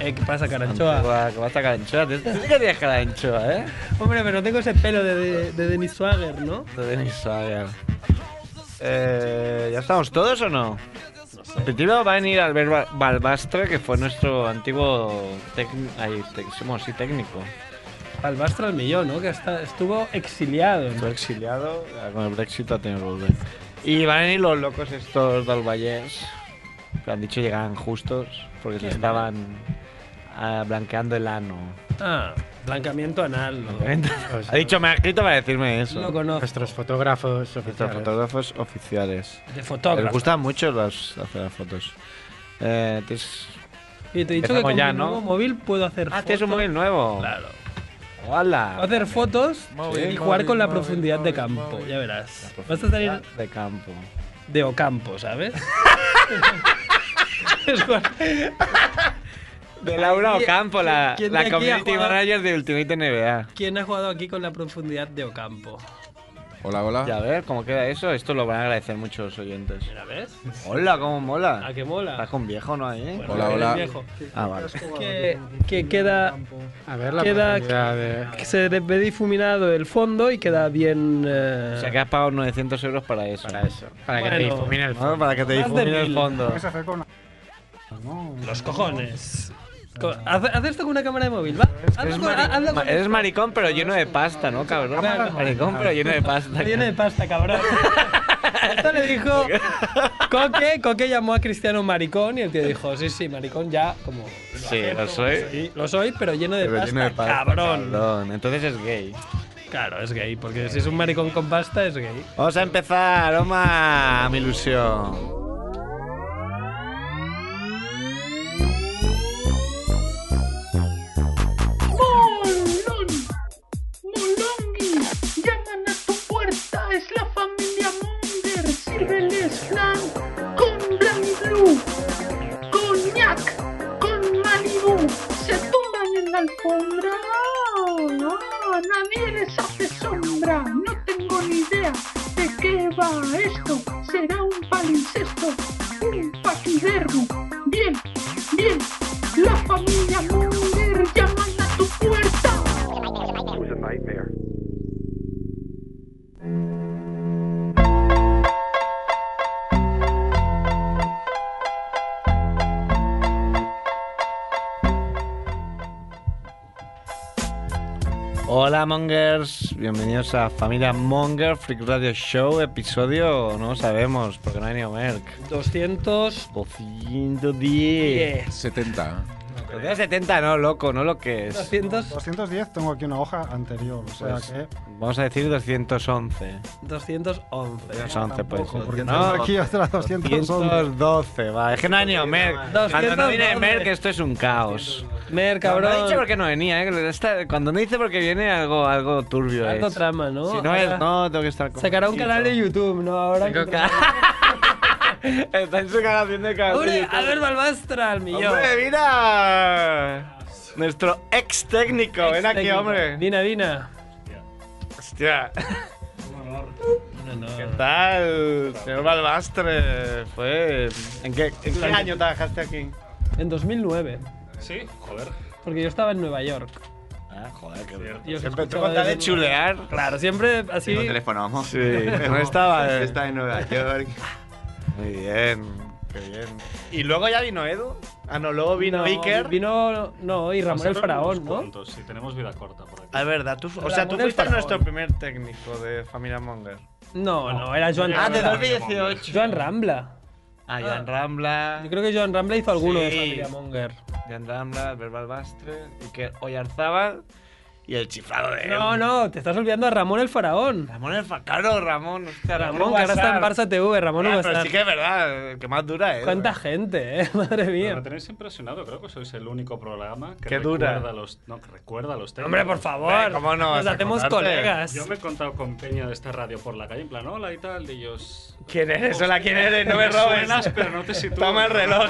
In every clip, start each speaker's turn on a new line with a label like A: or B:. A: Eh, ¿Qué pasa, Caranchoa?
B: ¿Qué pasa, Caranchoa? Tú sí que tienes Caranchoa, ¿eh?
A: Hombre, pero tengo ese pelo de, de, de Dennis Swagger, ¿no?
B: De Denis Suárez. Eh, ¿Ya estamos todos o no? En principio va a venir Albert Ba- Balbastre, que fue nuestro antiguo técnico. Ahí, sí, técnico.
A: Albastra al millón, ¿no? Que hasta estuvo exiliado. ¿no?
B: Estuvo exiliado, ya con el Brexit ha tenido que volver. Y van a venir los locos estos del Vallés, que han dicho llegaban justos, porque se
A: ¿Quién?
B: estaban ah, blanqueando el ano.
A: Ah, blancamiento anal. ¿no?
B: ha dicho, me ha escrito para decirme eso.
A: Lo conozco.
C: Nuestros fotógrafos
B: Estos
C: oficiales.
B: fotógrafos oficiales.
A: De
B: Les
A: fotógrafo.
B: gustan mucho las, hacer las fotos. Eh, tienes...
A: Y te he dicho que
B: Empezamos
A: con
B: ya,
A: mi
B: ¿no?
A: nuevo móvil puedo hacer
B: Ah,
A: fotos.
B: tienes un móvil nuevo.
A: Claro. Puedo
B: ¡Hola!
A: hacer fotos
C: Móvil,
A: y jugar
C: móvil,
A: con la
C: móvil,
A: profundidad de
C: móvil,
A: campo,
C: móvil.
A: ya verás. Vas a salir
B: De campo.
A: de Ocampo, ¿sabes? Es jugar-
B: De Laura
A: Aquí-
B: Ocampo, la,
A: ¿quién de
B: la
A: aquí ha
B: community
A: jugado?
B: manager de Ultimate NBA.
A: ¿Quién ha jugado aquí con la profundidad de Ocampo?
D: Hola, hola.
B: Ya a ver cómo queda eso. Esto lo van a agradecer muchos oyentes.
A: Mira, ¿ves?
B: Hola, cómo mola.
A: ¿A qué
B: Estás
A: mola?
B: con viejo, ¿no? Ahí? ¿eh?
A: Bueno,
D: Hola,
A: eres
D: hola.
A: viejo.
B: Ah, vale.
A: Que, que queda,
C: A ver la
A: Queda-
C: profundidad de...
A: que se ve difuminado el fondo y queda bien... eh,
B: O sea que has pagado 900 euros para eso.
C: Para eso. Para que
A: Bueno.
C: te difumine el
B: No, para que te
A: Más de
B: difumine el
A: mil.
B: fondo.
A: Los cojones. Co- Haz, haz esto con una cámara de móvil, ¿va? Hazlo
B: Eres,
A: con, ha- hazlo
B: maricón,
A: con-
B: eres maricón, pero lleno de pasta, ¿no, cabrón? Maricón, pero lleno de pasta.
A: Viene de pasta, cabrón. Esto le dijo Coque, Coque llamó a Cristiano maricón y el tío dijo, sí, sí, maricón ya, como... lo
B: Sí,
A: acepto,
B: lo soy.
A: sí, lo soy, pero lleno de,
D: Pero
A: pasta,
D: lleno de pasta,
A: cabrón.
B: Perdón, entonces es gay.
A: Claro, es gay, porque si es un maricón con pasta, es gay.
B: Vamos a empezar, Oma, mi ilusión.
E: ¡Molón! ¡Molongi! ¡Llaman a tu puerta! ¡Es la familia Munger! ¡Sírveles flan con Blanc Blue! ¡Coñac! ¡Con Malibu! ¡Se tumban en la alfombra! ¡Oh, no! ¡Nadie les hace sombra! ¡No tengo ni idea de qué va esto! ¡Será un palincesto! ¡Un paquidermo! ¡Bien! ¡Bien! ¡La familia Munger llaman a tu puerta!
B: Hola, Mongers. Bienvenidos a Familia Monger Freak Radio Show, episodio, no sabemos, porque no hay ni Omerc.
A: 200...
B: 210.
D: 70.
B: 270, no, loco, no lo que es.
A: 200...
F: 210 tengo aquí una hoja anterior, o sea
B: Pues,
F: que...
B: Vamos a decir 211.
A: 211.
B: 211 puede ser.
F: Porque
B: No,
F: tengo aquí otra 211.
B: 212, va. Es que no hay ni Omerc.
A: 212.
B: Cuando no viene Omerc, esto es un caos.
A: Mer,
B: Cabrón. No,
A: cabrón.
B: dice porque no venía, ¿eh? Está- cuando no dice porque viene, algo, algo turbio
A: Algo
B: es.
A: trama, ¿no?
B: Si no
A: Ahora
B: es, no, tengo que estar con...
A: Sacará un canal de YouTube, ¿no? Ahora...
B: Tengo
A: que-
B: ca- Está en su canal de canal de
A: Hombre,
B: YouTube.
A: a ver, Balbastra, al millón.
B: ¡Hombre, mira! Nuestro ex técnico, ven aquí,
A: Técnico.
B: hombre.
A: Dina, Dina.
B: Hostia. ¿Qué tal, señor Balbastre? Fue... ¿En qué, en qué año trabajaste aquí?
A: En 2009.
G: Sí, joder.
A: Porque yo estaba en Nueva York.
B: Ah, joder, qué bien.
A: Y os
B: Siempre te
A: escuchaba
B: contaré de
A: desde-
B: chulear.
A: Claro, siempre así.
D: Tengo teléfono, vamos.
B: Sí, no estaba, eh.
D: Está en Nueva York.
B: Muy bien, qué bien. ¿Y luego ya vino Edu? Ah, no, luego vino Iker.
A: Vino, no, y Ramón el
G: Nosotros
A: Faraón,
G: unos
A: ¿no?
G: cuantos, sí, tenemos vida corta por aquí.
B: Ah, Es verdad, tú, o sea,
A: Ramón
B: tú
A: el
B: fuiste
A: Faraón.
B: nuestro primer técnico de Familia Monger.
A: No, no, era Joan
B: Ah, de
A: Rambla.
B: 2018.
A: Joan Rambla.
B: Ah, Jan Rambla.
A: Yo creo que Joan Rambla hizo alguno de
B: Sí.
A: Familia Monger.
B: Jan Rambla, Verbal Bastre, Iker Oyarzábal y el chiflado de
A: No, no, te estás olvidando a Ramón el Faraón.
B: Ramón el Facaro, Ramón. Hostia,
A: Ramón, que ahora está en
B: Barça.
A: Barça TV, Ramón no va a
B: Ah, pero
A: estar.
B: sí que es verdad, el que más dura ¿eh? es.
A: Cuánta gente, eh, madre
G: Pero Me
A: mía.
G: tenéis impresionado, creo que sois el único programa que
B: Qué dura.
G: recuerda los, no, que recuerda los temas.
A: Hombre, por favor.
B: Hombre, ¿cómo no vas
A: Nos
B: a
A: hacemos
B: acordarte?
A: colegas.
G: Yo me he contado con Peña de esta radio por la calle, en plan, hola y tal, y ellos.
B: ¿Quién eres? Hola, ¿quién eres? No me
G: Suenas,
B: robes.
G: pero no te sitúo.
B: Toma el reloj.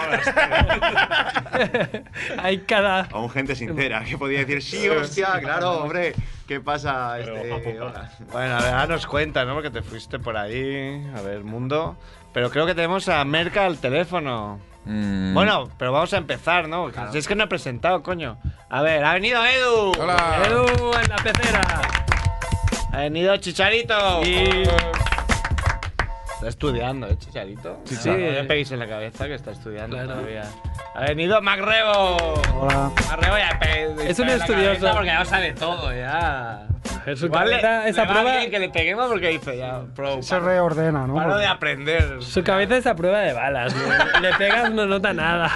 A: Hay cada.
D: A un gente sincera que podía decir, sí, hostia, claro, hombre. ¿Qué pasa?
G: Pero
D: Este,
G: papu, pa.
D: hola?".
B: Bueno, a ver, ahora nos cuentas, ¿no? Porque te fuiste por ahí, a ver, mundo. Pero creo que tenemos a Merca al teléfono.
H: Mm,
B: Bueno, pero vamos a empezar, ¿no? Si es que no he presentado, coño. A ver, ha venido Edu.
H: Hola.
A: Edu en la pecera.
B: Ha venido Chicharito. Está estudiando, ¿eh, Chicharito?
H: Chicha.
B: No, no le peguéis en la cabeza que está estudiando todavía. Ha venido Macrebo.
I: Hola.
B: Macrebo ya pe-
A: Es un
B: en la cabeza
A: estudioso.
B: Porque ya sabe todo, ya.
A: En su
B: Igual le-
A: cabeza,
B: le
A: esa
B: va
A: prueba,
B: bien que le peguemos porque dice ya, pro.
I: Se
B: paro-
I: reordena, ¿no?
B: paro de aprender.
A: su cabeza es a prueba de balas. güey. le pegas, no nota nada.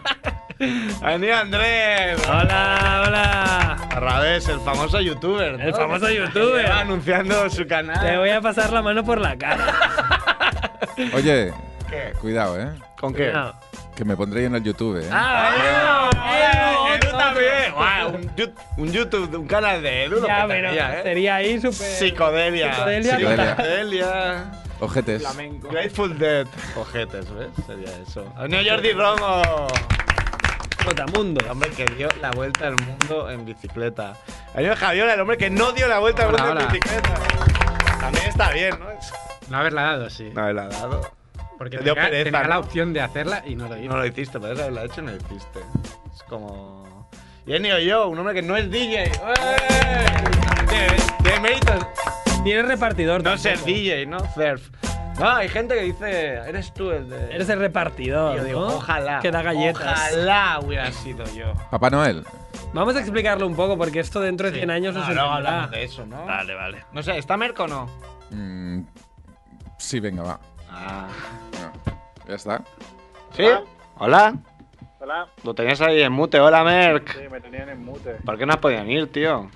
B: Ha venido Andrés.
A: Hola, hola.
B: Arrabés, el famoso youtuber. ¿no?
A: El famoso
B: Que
A: youtuber.
B: lleva anunciando su
A: Te
B: canal.
A: voy a pasar la mano por la cara.
H: Oye, cuidado, ¿eh?
B: ¿Con qué?
A: No.
H: Que me pondré en el YouTube, ¿eh?
B: ¡Ah,
A: Edu,
B: Edu! Edu
A: otro,
B: también. Guau, un, yu- un YouTube, un canal de Edu. lo
A: Ya,
B: petaría,
A: pero
B: ¿eh?
A: sería ahí súper.
B: Psicodelia.
A: Psicodelia.
H: Psicodelia.
B: Psicodelia.
H: Ojetes.
B: Grateful Dead. Ojetes, ¿ves? Sería eso. ¡Ah, no, Jordi Romo!
A: Botamundo.
B: El hombre que dio la vuelta al mundo en bicicleta. Ha venido Javier, el hombre que no dio la vuelta al
J: Hola,
B: mundo en
J: hola.
B: bicicleta. También está bien, ¿no? Es-
J: No haberla dado, sí.
B: No la ha dado.
J: Porque
B: Te dio
J: tenía,
B: pereza,
J: tenía
B: ¿no?
J: la opción de hacerla y no lo hice.
B: No lo hiciste, podrías haberla hecho y no lo hiciste. Es como. Y Neo Yo, un hombre que no es DJ. ¡Eh! Tiene- Tiene méritos
A: Ni eres repartidor.
B: no
A: tampoco.
B: ser DJ, ¿no? Surf. No, hay gente que dice, eres tú el de.
A: Eres el repartidor.
B: Y yo digo,
A: ¿no?
B: ojalá.
A: Que da galletas.
B: Ojalá hubiera sido yo.
H: Papá Noel.
A: Vamos a explicarlo un poco porque esto dentro de 100 años nos
B: no, luego hablamos de eso, ¿no?
A: Vale, vale.
B: No sé, ¿está Merco o no?
H: Mm, sí, venga, va.
B: Ah.
H: Ya está.
B: ¿Sí? Hola. Hola. Lo tenías ahí en mute. Hola, Merck.
K: Sí, me tenían en mute.
B: ¿Por qué no podían ir, tío?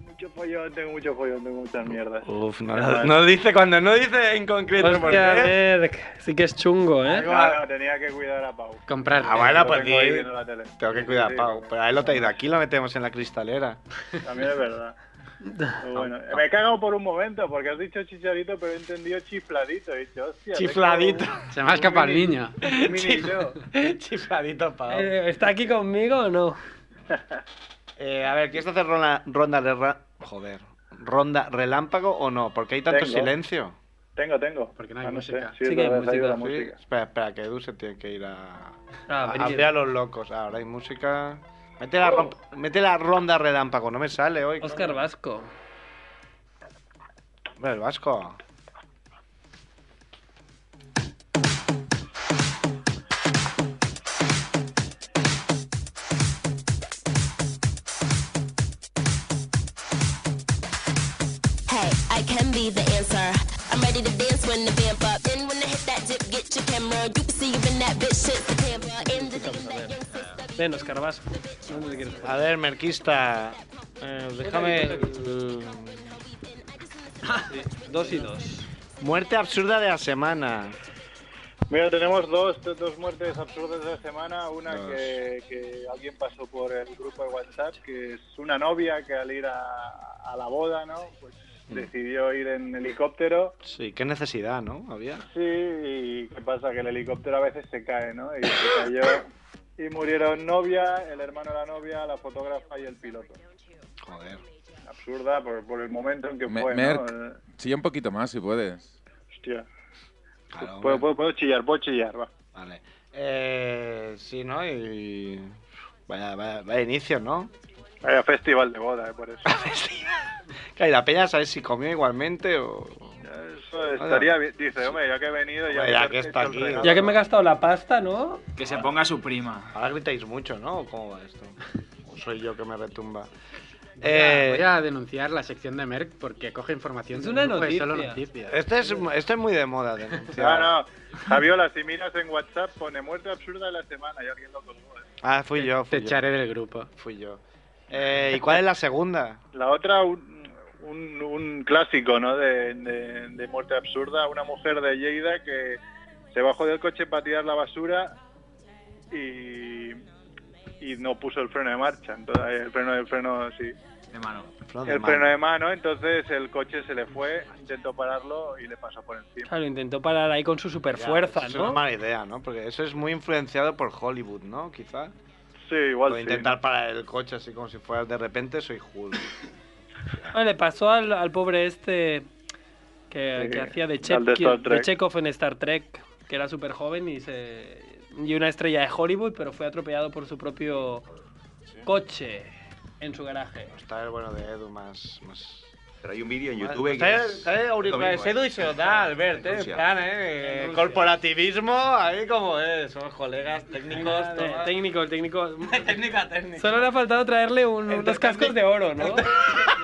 K: Mucho follón, tengo mucho follón, tengo muchas mierdas.
B: Uf, no, no dice cuando no dice en concreto. ¿por
A: Hostia,
B: qué?
A: Merck, sí que es chungo, ¿eh?
K: Claro, Ah, tenía que cuidar a Pau.
J: Comprar.
B: Ah, bueno,
K: Lo
B: pues
K: tengo ahí
B: sí.
K: viendo la tele.
B: Tengo que
K: Sí,
B: cuidar
K: sí,
B: a Pau. Pero a él lo te aquí lo metemos en la cristalera.
K: También es verdad. Pero bueno, me he cagado por un momento porque has dicho chicharito, pero he entendido chifladito. He dicho, hostia. tengo
B: Chifladito.
J: Se me ha escapado el niño.
K: Un mini yo.
B: Chifladito, Pau.
A: Eh, ¿Está aquí conmigo o no?
B: Eh, a ver, ¿quieres hacer ronda, ronda de ra- joder, ronda relámpago o no? Porque hay tanto
K: Tengo.
B: silencio.
K: Tengo, tengo. Ah,
J: Porque no hay
K: sé.
J: música. Ah,
K: Sí, es
A: Sí que hay
K: verdad, se ha ido la
B: Sí,
K: música.
B: Espera, espera, que Edu se tiene que ir a
A: A
B: a-
A: abrir.
B: hacer a los locos. Ahora hay música. Mete la, rom- mete la ronda relámpago, no me sale hoy.
A: Oscar
B: coño.
A: Vasco.
B: Hombre, el Vasco.
L: Hey, I can be the answer. I'm ready to dance when the vamp up. Then when I hit that dip, get your camera. You can see you in that bitch shit, the tamper. In the niggas that young sister.
A: Ven, Oscar Vasco. ¿Dónde te quieres poner?
B: A ver, Merquista. eh, déjame. el-
A: Dos y dos.
B: Muerte absurda de la semana.
K: Mira, tenemos dos, dos muertes absurdas de la semana. Una que, que alguien pasó por el grupo de WhatsApp, que es una novia que al ir a, a la boda, ¿no? Pues
B: Mm.
K: decidió ir en helicóptero.
B: Sí, qué necesidad, ¿no? Había.
K: Sí, y qué pasa, que el helicóptero a veces se cae, ¿no? Y se cayó. Y murieron novia, el hermano de la novia, la fotógrafa y el piloto.
B: Joder.
K: Absurda por, por el momento en que
H: Me-
K: fue, ¿no?
H: Merck.
K: Eh,
H: Sigue un poquito más si puedes.
K: Hostia.
B: Claro,
K: Puedo,
B: hombre.
K: puedo- puedo chillar, puedo chillar, va.
B: Vale. Eh, sí, ¿no? Y... Vaya, vaya, vaya inicio, ¿no?
K: Vaya festival de boda, eh, por eso.
B: Claro, y la peña sabes si comió igualmente o...
K: Eso estaría bien. Dice, hombre, ya que he venido, ya,
B: Hombre, ya que
K: he
B: está
K: hecho el
B: aquí.
K: regalo.
A: Ya que me he gastado la pasta, ¿no?
M: Que se ponga su prima.
B: Ahora gritáis mucho, ¿no? ¿O ¿Cómo va esto? ¿O soy yo que me retumba?
J: Ya, Voy
B: Eh,
J: a denunciar la sección de Merck porque coge información.
A: Es
J: del
A: una
J: grupo de solo
A: noticia.
J: noticias.
B: este, es, este es muy de moda, denunciar.
K: No, no. Javiola, si miras en WhatsApp, pone muerte absurda de la semana y alguien lo colgó. eh.
B: Ah, fui yo,
J: Te
B: fui yo.
J: echaré del grupo.
B: Fui yo. Eh, ¿Y cuál es la segunda?
K: La otra, un, un, un clásico, ¿no? De, de- de muerte absurda. Una mujer de Lleida que se bajó del coche para tirar la basura y, y no puso el freno de marcha. Entonces, el freno, el freno, sí.
M: De mano.
K: El freno de mano, entonces el coche se le fue, intentó pararlo y le pasó por encima.
A: Claro, intentó parar ahí con su
B: Ya,
A: superfuerza,
B: Es una
A: ¿no?
B: mala idea, ¿no? Porque eso es muy influenciado por Hollywood, ¿no? Quizá.
K: Sí, igual
B: Puedo
K: sí.
B: intentar parar el coche así como si fueras de repente soy Hulk.
A: Ah, le pasó al, al pobre este que,
K: Sí,
A: que hacía de,
K: al de Star
A: Chepkin, de
K: Trek.
A: Chekhov en Star Trek. que era súper joven y, se, y una estrella de Hollywood, pero fue atropellado por su propio coche en su garaje.
B: Está el bueno de Edu más. más... Pero hay un vídeo en
N: Vale,
B: YouTube
N: pues
B: que.
N: trae-
B: es
N: trae auriculares
B: domingo,
N: Edu y
B: ¿eh?
N: se lo da a Albert,
B: En
N: ¿eh?
B: Rusia.
N: En plan, ¿eh?
A: En Rusia.
N: Corporativismo, ahí como es. Somos colegas técnicos,
A: Venga,
N: toma.
A: de- técnico, el técnico.
N: Técnica, técnica.
A: Solo le ha faltado traerle un- unos cascos de oro, ¿no?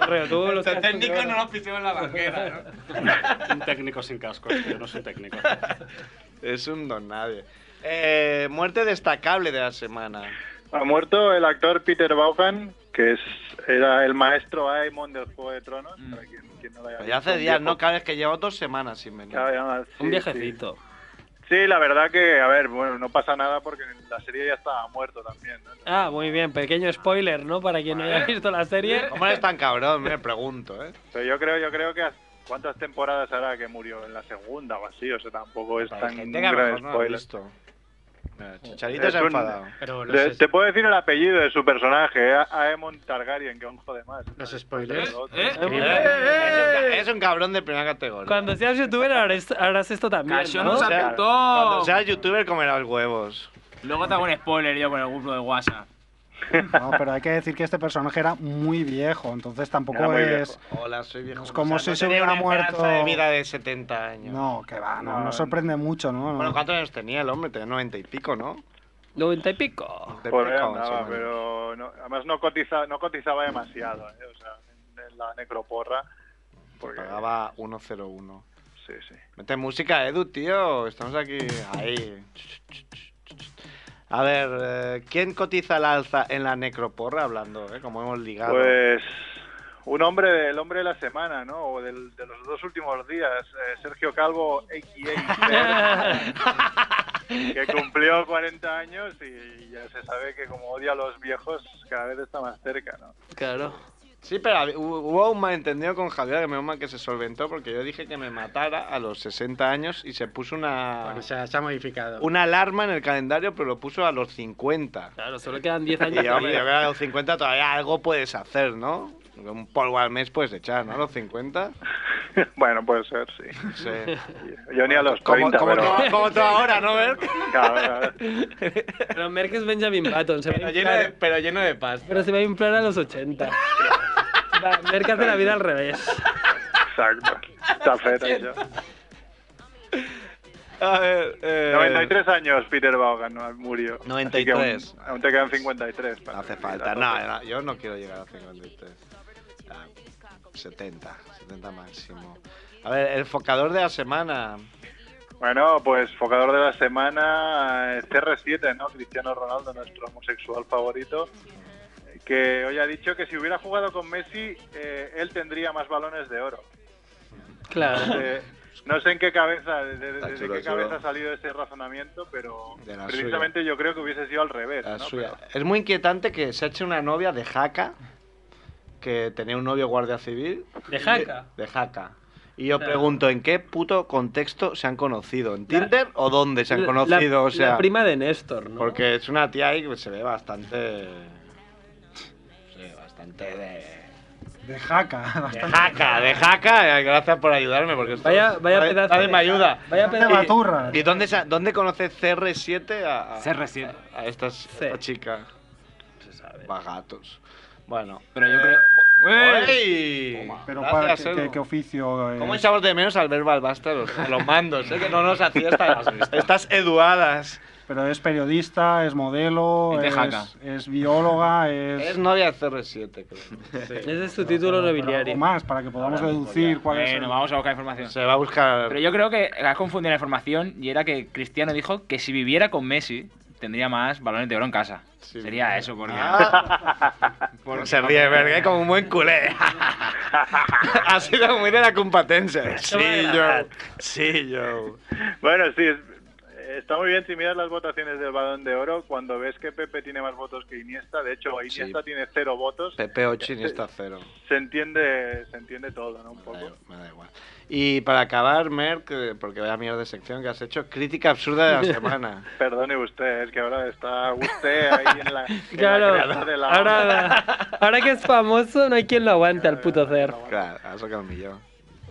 A: Correo, tú
B: Este
A: los
N: El
A: cascos de
N: técnico
A: oro.
N: no lo pisó en la banquera, ¿no?
G: Un técnico sin casco, es que yo no soy técnico.
B: Es un don nadie. Eh, muerte destacable de la semana.
K: Ha muerto el actor Peter Vaughan, que es, era el maestro Aemon del Juego de Tronos. Para quien, quien no lo haya
B: Pero Mm. Pues
K: visto,
B: ya hace
K: un
B: días,
K: viejo-
B: ¿no? Cada vez que lleva dos semanas sin venir.
K: Claro, ya, sí,
A: Un viejecito.
K: Sí. Sí, la verdad que, a ver, bueno, no pasa nada porque en la serie ya estaba muerto también. ¿no?
A: Ah, muy bien, pequeño spoiler, ¿no? Para quien no haya visto la serie.
B: ¿Cómo eres tan cabrón? Me pregunto, ¿eh?
K: Pero yo creo, yo creo que hace- cuántas temporadas hará que murió en la segunda o así, o sea, tampoco es
B: Hay
K: tan un
B: gente que a lo
K: gran
B: mejor no lo ha
K: spoiler.
B: visto. Mira, Chicharito
K: Es
B: se ha
K: un-
B: enfadado.
C: Pero los,
K: Te-
C: es-
K: Te puedo decir el apellido de su personaje, A- Aemon Targaryen, que un jode más.
C: los spoilers.
M: Eh,
B: Es un cabrón de primera categoría.
A: Cuando seas youtuber harás, harás esto también.
M: Cayó
A: ¿no?
M: nos
B: sea,
M: apuntó.
B: Cuando seas youtuber comerás huevos.
M: Luego te hago un spoiler yo con el grupo de WhatsApp.
F: No, pero hay que decir que este personaje era muy viejo, entonces
K: Era
F: tampoco
K: muy
F: es.
B: Hola, soy viejo.
F: Es como
B: O sea,
F: si
B: no
F: se
B: tenía
F: hubiera
B: una esperanza
F: muerto-
B: de vida de 70 años.
F: No, que va, ah, no,
K: No,
F: no sorprende mucho, ¿no?
B: Bueno,
F: No.
B: ¿cuántos años tenía el hombre? Tenía 90 y pico, ¿no?
A: Noventa y pico.
B: De
K: Por ahí
B: pico,
K: andaba,
B: más o menos.
K: pero no- además no cotizaba, no cotizaba demasiado, ¿eh? o sea, en, en la necroporra. Porque,
B: Pagaba 101.
K: sí, sí.
B: Mete música, Edu, tío. Estamos aquí. Ahí. A ver, eh, ¿quién cotiza la alza en la necroporra hablando, eh? Como hemos ligado.
K: Pues un hombre del hombre de la semana, ¿no? O del- de los dos últimos días, eh, Sergio Calvo, a.k.a. que cumplió 40 años y ya se sabe que como odia a los viejos, cada vez está más cerca, ¿no?
A: Claro.
B: Sí, pero hab- hu- hubo un malentendido con Javier, que menos mal que se solventó, porque yo dije que me matara a los 60 años y se puso una,
C: Bueno, se, ha- se ha modificado.
B: una alarma en el calendario, pero lo puso a los 50.
A: Claro, solo quedan 10
B: Y
A: años.
B: yo,
A: de
B: hombre, yo creo
A: vida.
B: que a los 50 todavía algo puedes hacer, ¿no? Un polvo al mes puedes echar, ¿no? A los 50.
K: bueno, puede ser, sí.
B: No sé.
K: Yo ni a los
B: Como,
K: 30,
B: como
K: pero...
B: tú- como tú ahora, ¿no, Berk?
K: Claro,
A: Pero Merck es Benjamin Patton. Se va a
N: Pero lleno,
A: inflar-
N: de, pero lleno de pasta.
A: pero se va a inflar a los 80. Va, Merck hace la vida al revés.
K: exacto. Está feta y yo.
B: A ver, eh,
K: 93 años Peter Vaughan ¿no? murió. Así que
B: 93.
K: Aún, aún te quedan 53. para
B: No hace
K: vivir
B: falta,
K: a
B: no,
K: tope.
B: no, yo no quiero llegar a 53. Ah, 70, 70 máximo. A ver, el focador de la semana.
K: Bueno, pues focador de la semana, eh, CR7, ¿no? Cristiano Ronaldo, nuestro homosexual favorito, que hoy ha dicho que si hubiera jugado con Messi, eh, él tendría más balones de oro.
A: Claro.
K: Eh, no sé en qué cabeza, de, de-
B: Está
K: de
B: chulo,
K: qué
B: chulo.
K: cabeza ha salido ese razonamiento, pero
B: De la
K: precisamente yo creo que hubiese sido al revés.
B: La
K: ¿no?
B: suya. Es muy inquietante que se eche una novia de jaca, que tenía un novio guardia civil,
A: De jaca.
B: de jaca. Y yo
A: Claro.
B: pregunto, ¿en qué puto contexto se han conocido? ¿En Tinder o dónde se han
A: La-
B: conocido?
A: la,
B: o sea,
A: la prima de Néstor, ¿no?
B: porque es una tía ahí que se ve bastante... se ve bastante de...
F: De jaca, bastante.
B: De jaca, de jaca, eh, gracias por ayudarme porque esto-
A: Vaya, vaya
B: nadie-
A: pedazo.
B: nadie
A: de-
B: me ayuda.
A: Vaya
F: Bastante
A: pedazo.
F: baturra.
B: ¿Y dónde, sa- dónde conoce CR7 a, a,
M: CR7.
B: a estas-
A: Sí.
B: esta chica?
A: Se sabe.
B: Vagatos. Bueno. Eh,
M: Pero yo creo.
B: ¡Ey!
F: Pero para,
B: Gracias,
F: ¿qué,
B: Edu.
F: qué- qué oficio? eh?
B: ¿Cómo echamos de menos al ver Balbasta los, a los mandos? eh? Que no nos hacía estas, estas eduadas.
F: Pero es periodista, es modelo,
M: Es de
F: es,
M: jaca.
F: es bióloga,
B: Es
F: es...
B: novia de CR7, creo.
A: Ese es su título
F: Pero
A: nobiliario.
F: algo más, para que podamos deducir cuál es
M: Bueno,
F: el...
M: vamos a buscar información.
B: Se va a buscar.
M: Pero yo creo que has confundido la información y era que Cristiano dijo que si viviera con Messi tendría más balones de oro en casa.
B: Sí.
M: Sería eso, porque.
B: Ah, pues
M: porque-
B: se ríe, verga, como un buen culé. ha sido muy de la competencia. Sí, yo. Sí, yo.
K: Bueno, sí, es- está muy bien si miras las votaciones del Balón de Oro cuando ves que Pepe tiene más votos que Iniesta. De hecho, Iniesta
B: Sí.
K: tiene cero votos. eh,
B: Pepe Ochi ni está cero.
K: Se entiende, se entiende todo, ¿no? Un
B: Me da,
K: poco.
B: me da igual. Y para acabar, Merck, eh, porque vaya mierda de sección que has hecho, crítica absurda de la semana.
K: Perdone usted, es que ahora está usted ahí en la. en la creadora de
A: Claro,
K: la
A: ahora, ahora que es famoso no hay quien lo aguanta el puto CER.
B: claro, ha sacado un millón.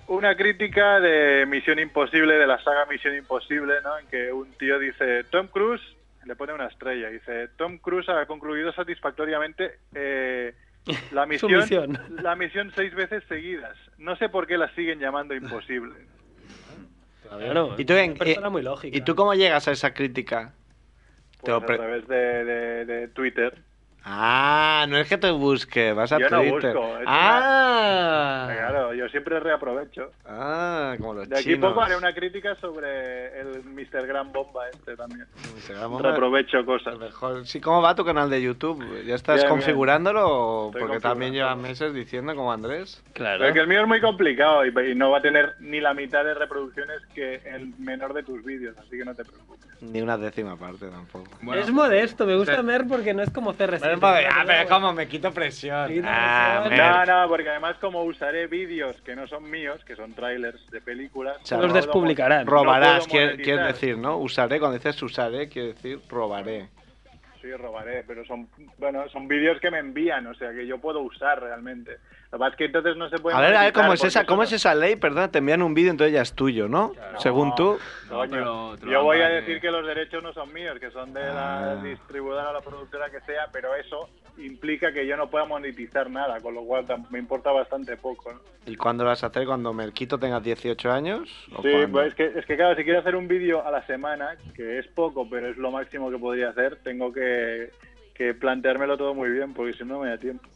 K: una crítica de Misión Imposible, de la saga Misión Imposible, ¿no? En que un tío dice, Tom Cruise, le pone una estrella, dice, Tom Cruise ha concluido satisfactoriamente eh, la
A: Su
K: misión,
A: misión.
K: la misión seis veces seguidas. No sé por qué la siguen llamando imposible.
A: Claro,
B: ¿Y tú, en- eh,
A: una persona muy lógica.
B: ¿Y tú cómo llegas a esa crítica? Te
K: Pues
B: lo
K: a
B: pre-
K: través de, de- de Twitter.
B: Ah, no es que te busque, vas a
K: yo no
B: Twitter.
K: busco. es
B: ah,
K: una- Claro, yo siempre reaprovecho.
B: ah, como los
K: De aquí
B: chinos.
K: poco haré una crítica sobre el Mr. Gran Bomba este también.
B: Se llama-
K: Reaprovecho cosas.
B: Mejor. Sí, ¿cómo va tu canal de YouTube? ¿Ya estás
K: Bien, bien.
B: configurándolo?
K: Estoy
B: Porque también llevas meses diciendo como Andrés.
K: Pero que el mío es muy complicado y, y no va a tener ni la mitad de reproducciones que el menor de tus vídeos, así que no te preocupes.
B: Ni una décima parte tampoco.
A: es modesto, me gusta Mer porque no es como CR7.
B: Bueno, pues, ah, pero es como me quito presión.
A: Me quito
B: Ah,
A: presión.
B: Mer.
K: No, no, porque además como usaré vídeos que no son míos, que son trailers de películas, pues
B: O sea,
K: no
B: ro-
K: puedo mo-
B: Robarás,
K: no puedo
B: quiere- quieres
K: monetizar.
B: decir, ¿no? Usaré, cuando dices usaré, quiere decir robaré.
K: Sí, robaré, pero son, bueno, son vídeos que me envían, o sea, que yo puedo usar realmente. Lo que pasa es que entonces no se puede
B: A ver, a ver,
K: monetizar
B: ¿cómo es
K: porque
B: esa,
K: eso
B: cómo
K: no-
B: es esa ley? Perdona, te envían un vídeo, entonces ya es tuyo, ¿no? Según tú.
K: Coño,
M: pero te lo
K: yo
M: dan
K: voy a
M: para
K: decir que los derechos no son míos, que son de
B: Ah.
K: la distribuidora o la productora que sea, pero eso implica que yo no pueda monetizar nada, con lo cual tam- me importa bastante poco. ¿no?
B: ¿Y cuándo lo vas a hacer? ¿Cuando Merquito tenga 18 años? ¿O
K: Sí,
B: cuándo?
K: pues es que, es que claro, si quiero hacer un vídeo a la semana, que es poco, pero es lo máximo que podría hacer, tengo que, que planteármelo todo muy bien, porque si no, no me da tiempo.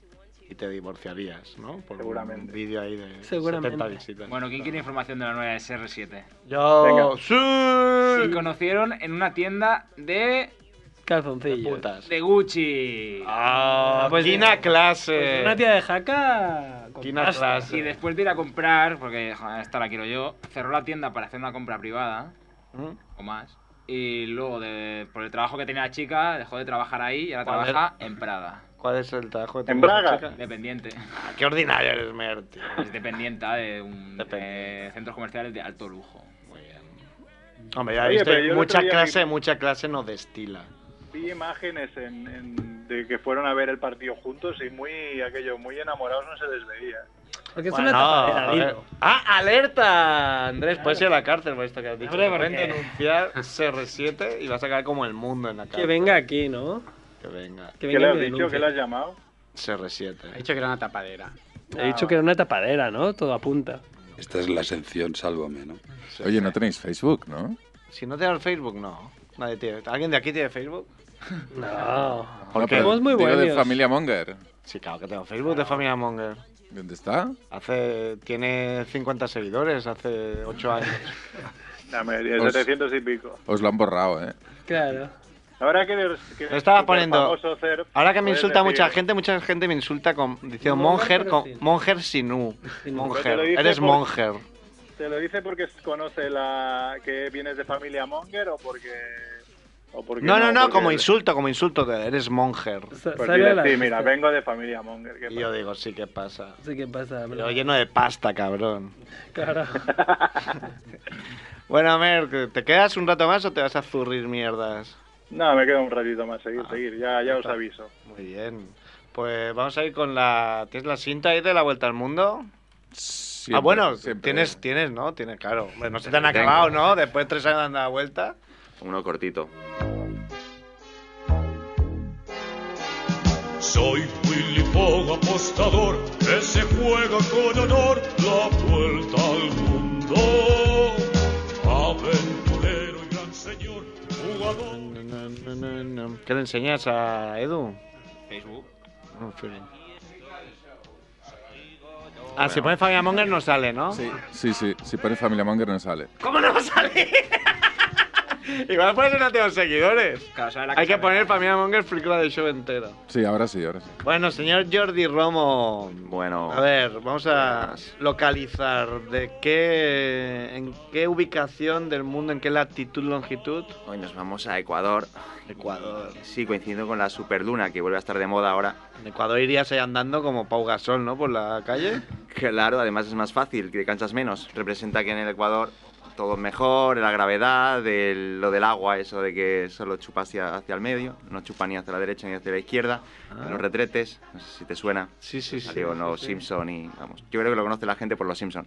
B: Y te divorciarías, ¿no? Por
K: Seguramente.
B: un vídeo ahí de
M: Seguramente.
B: 70 visitas.
M: Bueno, ¿quién quiere información de la nueva SR7?
B: Yo...
M: Venga.
B: ¡Sí!
M: Se conocieron en una tienda de.
A: Calzoncillos.
M: de Gucci.
B: Ah,
A: pues
B: Quina
A: de-
B: clase.
A: Pues una tía de jaca. con pasta.
M: Y después de ir a comprar, porque joder, esta la quiero yo, cerró la tienda para hacer una compra privada
B: ¿Mm?
M: o más. Y luego, de- por el trabajo que tenía la chica, dejó de trabajar ahí y ahora
B: Joder.
M: trabaja en Prada.
B: ¿Cuál es el trabajo de
K: ¿En
B: tu
K: Braga?
B: chica? Ah,
M: Dependiente.
B: Qué ordinario eres, Mer, tío.
M: Es dependienta de un eh, centros comerciales de alto lujo.
B: Hombre, ya
K: Oye, pero yo
B: viste,
K: el
B: mucha
K: otro día
B: clase, mucha clase no destila.
K: Vi imágenes en- en- de que fueron a ver el partido juntos y muy aquello, muy enamorados no se les veía.
A: Porque es
B: Bueno,
A: una
B: a
A: tapadera,
B: ver.
A: dilo.
B: ¡Ah, alerta! Andrés, puedes ir a la cárcel por esto que has dicho.
A: Hombre,
B: Te
A: ¿por
B: pueden
A: qué?
B: denunciar CR7 y vas a caer como el mundo en la cárcel.
A: Que venga aquí, ¿no?
B: Que venga.
A: Que
K: ¿Qué
A: venga
K: le
A: y
K: has
A: me
K: dicho? ¿Qué
A: denuncie.
K: le has llamado?
B: CR7.
C: dicho que era una tapadera.
A: He dicho que era una tapadera, ¿no? Todo apunta.
O: Esta es la sección Sálvame, ¿no?
H: Oye, no tenéis Facebook, ¿no?
B: Si no tienes Facebook, no. Nadie tiene. ¿Alguien de aquí tiene Facebook?
A: No.
H: No, pero digo de Familia Monger.
B: Sí, claro que tengo Facebook de Familia Monger.
H: ¿Dónde está?
B: Hace, tiene 50 seguidores hace 8 años.
K: Dame, 10,
H: Os-
K: 700 y pico.
H: Os lo han borrado, ¿eh?
A: Claro.
K: Ahora que, que
B: Me estaba
K: superfamoso
B: poniendo.
K: ser,
B: Ahora que me
K: puedes
B: insulta
K: decir-
B: mucha gente, mucha gente me insulta con, diciendo
K: Monger,
B: Monger,
K: pero
B: con,
K: sin-
B: Monger sin U.
K: U. Pero
B: Monger.
K: te lo dice
B: Eres
K: por-
B: Monger.
K: ¿Te lo dice porque conoce la que vienes de familia Monger o porque... o porque
B: No, no, no,
K: porque-
B: como insulto, como insulto. te- Eres Monger.
K: Pues dile, sí, mira, vengo de familia Monger. ¿qué
B: Y yo digo, sí, ¿qué pasa?
A: Sí, ¿qué pasa?
B: Pero lleno de pasta, cabrón.
A: Claro.
B: Bueno, Mer, ¿te quedas un rato más o te vas a zurrir mierdas?
K: No, me queda un ratito más, seguir, seguir, ya, ya os aviso.
B: Ah, Muy bien. Pues vamos a ir con la. ¿Tienes la cinta ahí de la vuelta al mundo? ah, bueno,
D: siempre.
B: tienes, tienes, ¿no? Tienes, claro. Hombre, No se te han
D: Tengo.
B: acabado, ¿no? Después de tres años dando la vuelta.
D: Uno cortito.
P: Soy Willy Fogg, apostador, que se juega con honor la vuelta al mundo. Aventurero y gran señor, jugador.
B: ¿Qué le enseñas a Edu?
M: Facebook.
B: No, Facebook. Ah, si pones Fabián Monger no sale, ¿no? Sí.
H: Sí, sí, si pones Familia Monger no sale.
B: ¿Cómo no sale? Igual por eso no tengo seguidores. Hay que poner Fabián Monger película de show entero.
H: Sí, ahora sí, ahora sí.
B: Bueno, señor Jordi Romo.
D: Bueno.
B: A ver, vamos a localizar de qué, en qué ubicación del mundo, en qué latitud, longitud.
D: Hoy nos vamos a Ecuador.
B: Ecuador.
D: Sí, coincidiendo con la superluna que vuelve a estar de moda ahora.
B: En Ecuador irías ahí andando como Pau Gasol, ¿no? Por la calle.
D: Claro, además es más fácil, que cansas menos. Representa que en el Ecuador todo mejor, la gravedad, del- lo del agua, eso de que solo chupa hacia, hacia el medio, no chupa ni hacia la derecha ni hacia la izquierda,
N: Ah.
D: los retretes, no sé si te suena.
N: Sí, sí, sí,
D: Salió en
N: sí,
D: los
N: sí.
D: Simpson y vamos. Yo creo que lo conoce la gente por los Simpson,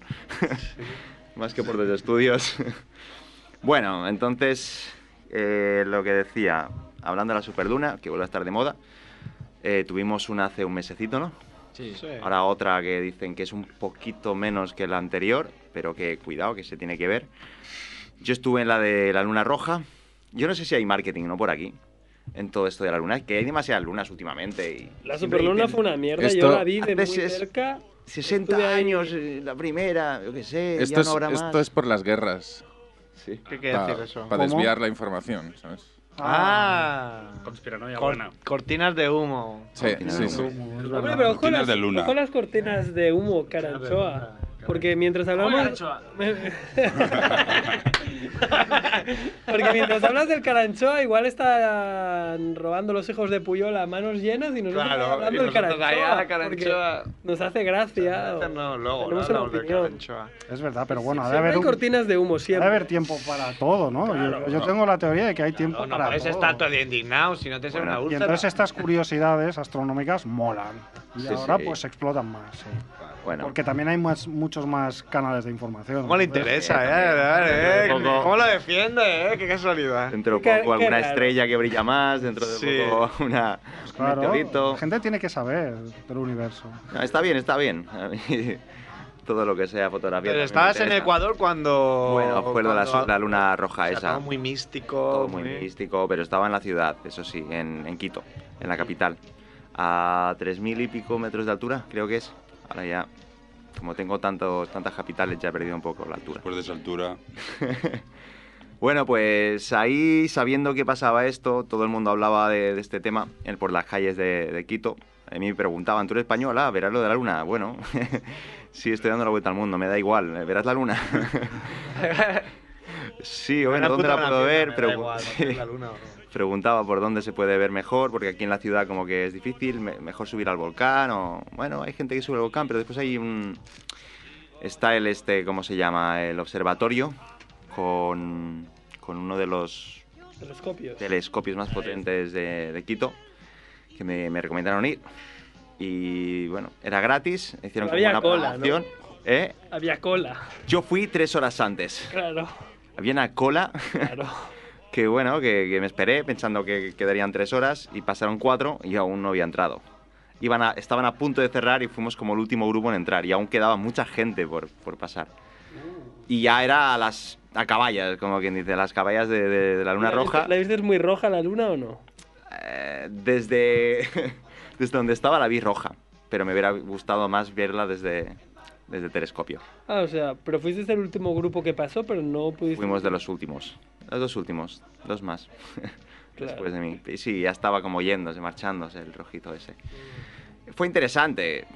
D: más que por los estudios. bueno, entonces, eh, lo que decía, hablando de la Superluna, que vuelve a estar de moda, eh, tuvimos una hace un mesecito, ¿no?
M: Sí.
D: Ahora otra que dicen que es un poquito menos que la anterior, pero que cuidado, que se tiene que ver. Yo estuve en la de la luna roja. Yo no sé si hay marketing, ¿no? Por aquí. En todo esto de la luna. Que hay demasiadas lunas últimamente. Y
A: La
D: siempre
A: Superluna
D: dicen
A: fue una mierda, yo
D: Esto-
A: la vi de muy
D: antes es-
A: cerca.
D: 60 años, eh, la primera, yo qué sé, ya
H: Esto,
D: no
H: es,
D: habrá más.
H: esto es por las guerras.
D: Sí. ¿Qué
H: quiere
D: decir eso?
H: Para
D: ¿Cómo?
H: desviar la información, ¿sabes?
N: Ah.
G: Conspiranoia
N: Cor-
G: buena.
N: cortinas de humo.
H: Sí, sí, sí.
A: Hombre, pero ojo las, ojo las cortinas de humo, caranchoa. Porque mientras hablamos. Porque mientras hablas del caranchoa, igual están robando los hijos de Puyol a manos llenas y nosotros
N: Claro, y
A: hablando del
N: nosotros
A: caranchoa.
N: ahí, ah,
A: porque
N: caranchoa.
A: Nos hace gracia. o-
N: No, luego,
A: tenemos
N: no
A: una
N: hablamos de
A: opinión.
N: caranchoa.
F: Es verdad, pero bueno, ha de
A: Siempre
F: haber,
A: hay
F: un-
A: cortinas de humo,
F: ha de
A: siempre.
F: haber tiempo para todo, ¿no? Yo- yo
A: no.
F: tengo la teoría de que hay tiempo
N: No, no
F: para
N: puedes
F: todo.
N: estar todo indignado si no te sale una
F: Y
N: úlcera.
F: entonces estas curiosidades astronómicas molan. Y
N: Sí,
F: ahora
N: sí.
F: pues se explotan más, sí.
D: Bueno.
F: Porque también hay más, muchos más canales de información.
N: ¿Cómo le
F: Entonces-
N: interesa, eh? Vale, eh? ¿Cómo lo defiende, eh? Qué casualidad.
D: Dentro de
F: Qué-
D: poco
F: qué
D: alguna
F: raro.
D: estrella que brilla más, dentro de
N: Sí.
D: poco una,
F: Claro,
D: un meteorito.
F: la gente tiene que saber del universo.
D: No, está bien, está bien. A mí Todo lo que sea fotografía.
N: Pero
D: también me
N: estabas en
D: interesa.
N: Ecuador cuando.
D: Bueno, fue lo de la, su-
N: cuando-
D: la luna roja
N: o sea,
D: esa.
N: Todo muy místico.
D: Todo muy místico, pero estaba en la ciudad, eso sí, en, en Quito, en la capital. A 3.000 y pico metros de altura, creo que es. Ahora ya, como tengo tantos, tantas capitales, ya he perdido un poco la altura. Después de esa altura. bueno, pues ahí, sabiendo que pasaba esto, todo el mundo hablaba de, de este tema en- por las calles de, de Quito. A mí me preguntaban, ¿tú eres española? ¿Verás lo de la luna? Bueno, sí, estoy dando la vuelta al mundo, me da igual, ¿eh? ¿verás la luna? sí, bueno, ¿dónde la puedo ver? Pregun- sí. Preguntaba por dónde se puede ver mejor, porque aquí en la ciudad como que es difícil, me- mejor subir al volcán o... Bueno, hay gente que sube al volcán, pero después hay un... Está el este, ¿cómo se llama? El observatorio con, con uno de los
A: Telescopios.
D: telescopios más potentes de, de Quito que me, me recomendaron ir. Y bueno, era gratis, hicieron
A: Pero
D: como
A: había
D: una
A: cola, ¿no?
D: promoción. ¿eh?
A: Había cola,
D: Yo fui tres horas antes
A: claro.
D: había una cola que bueno, que, que me esperé pensando que quedarían tres horas y pasaron cuatro y yo aún no había entrado. Iban a- estaban a punto de cerrar y fuimos como el último grupo en entrar y aún quedaba mucha gente por, por pasar. Y ya era a las a caballas, como quien dice, a las caballas de, de- de la luna
A: ¿La
D: roja.
A: viste- ¿La viste muy roja la luna o no?
D: Eh, desde, desde donde estaba la vi roja, pero me hubiera gustado más verla desde, desde el telescopio.
A: Ah, o sea, pero fuiste el último grupo que pasó, pero no pudiste.
D: Fuimos de los últimos. Los dos últimos. Dos más.
A: Claro.
D: Después de mí. Y sí, ya estaba como yéndose, marchándose el rojito ese. Fue interesante.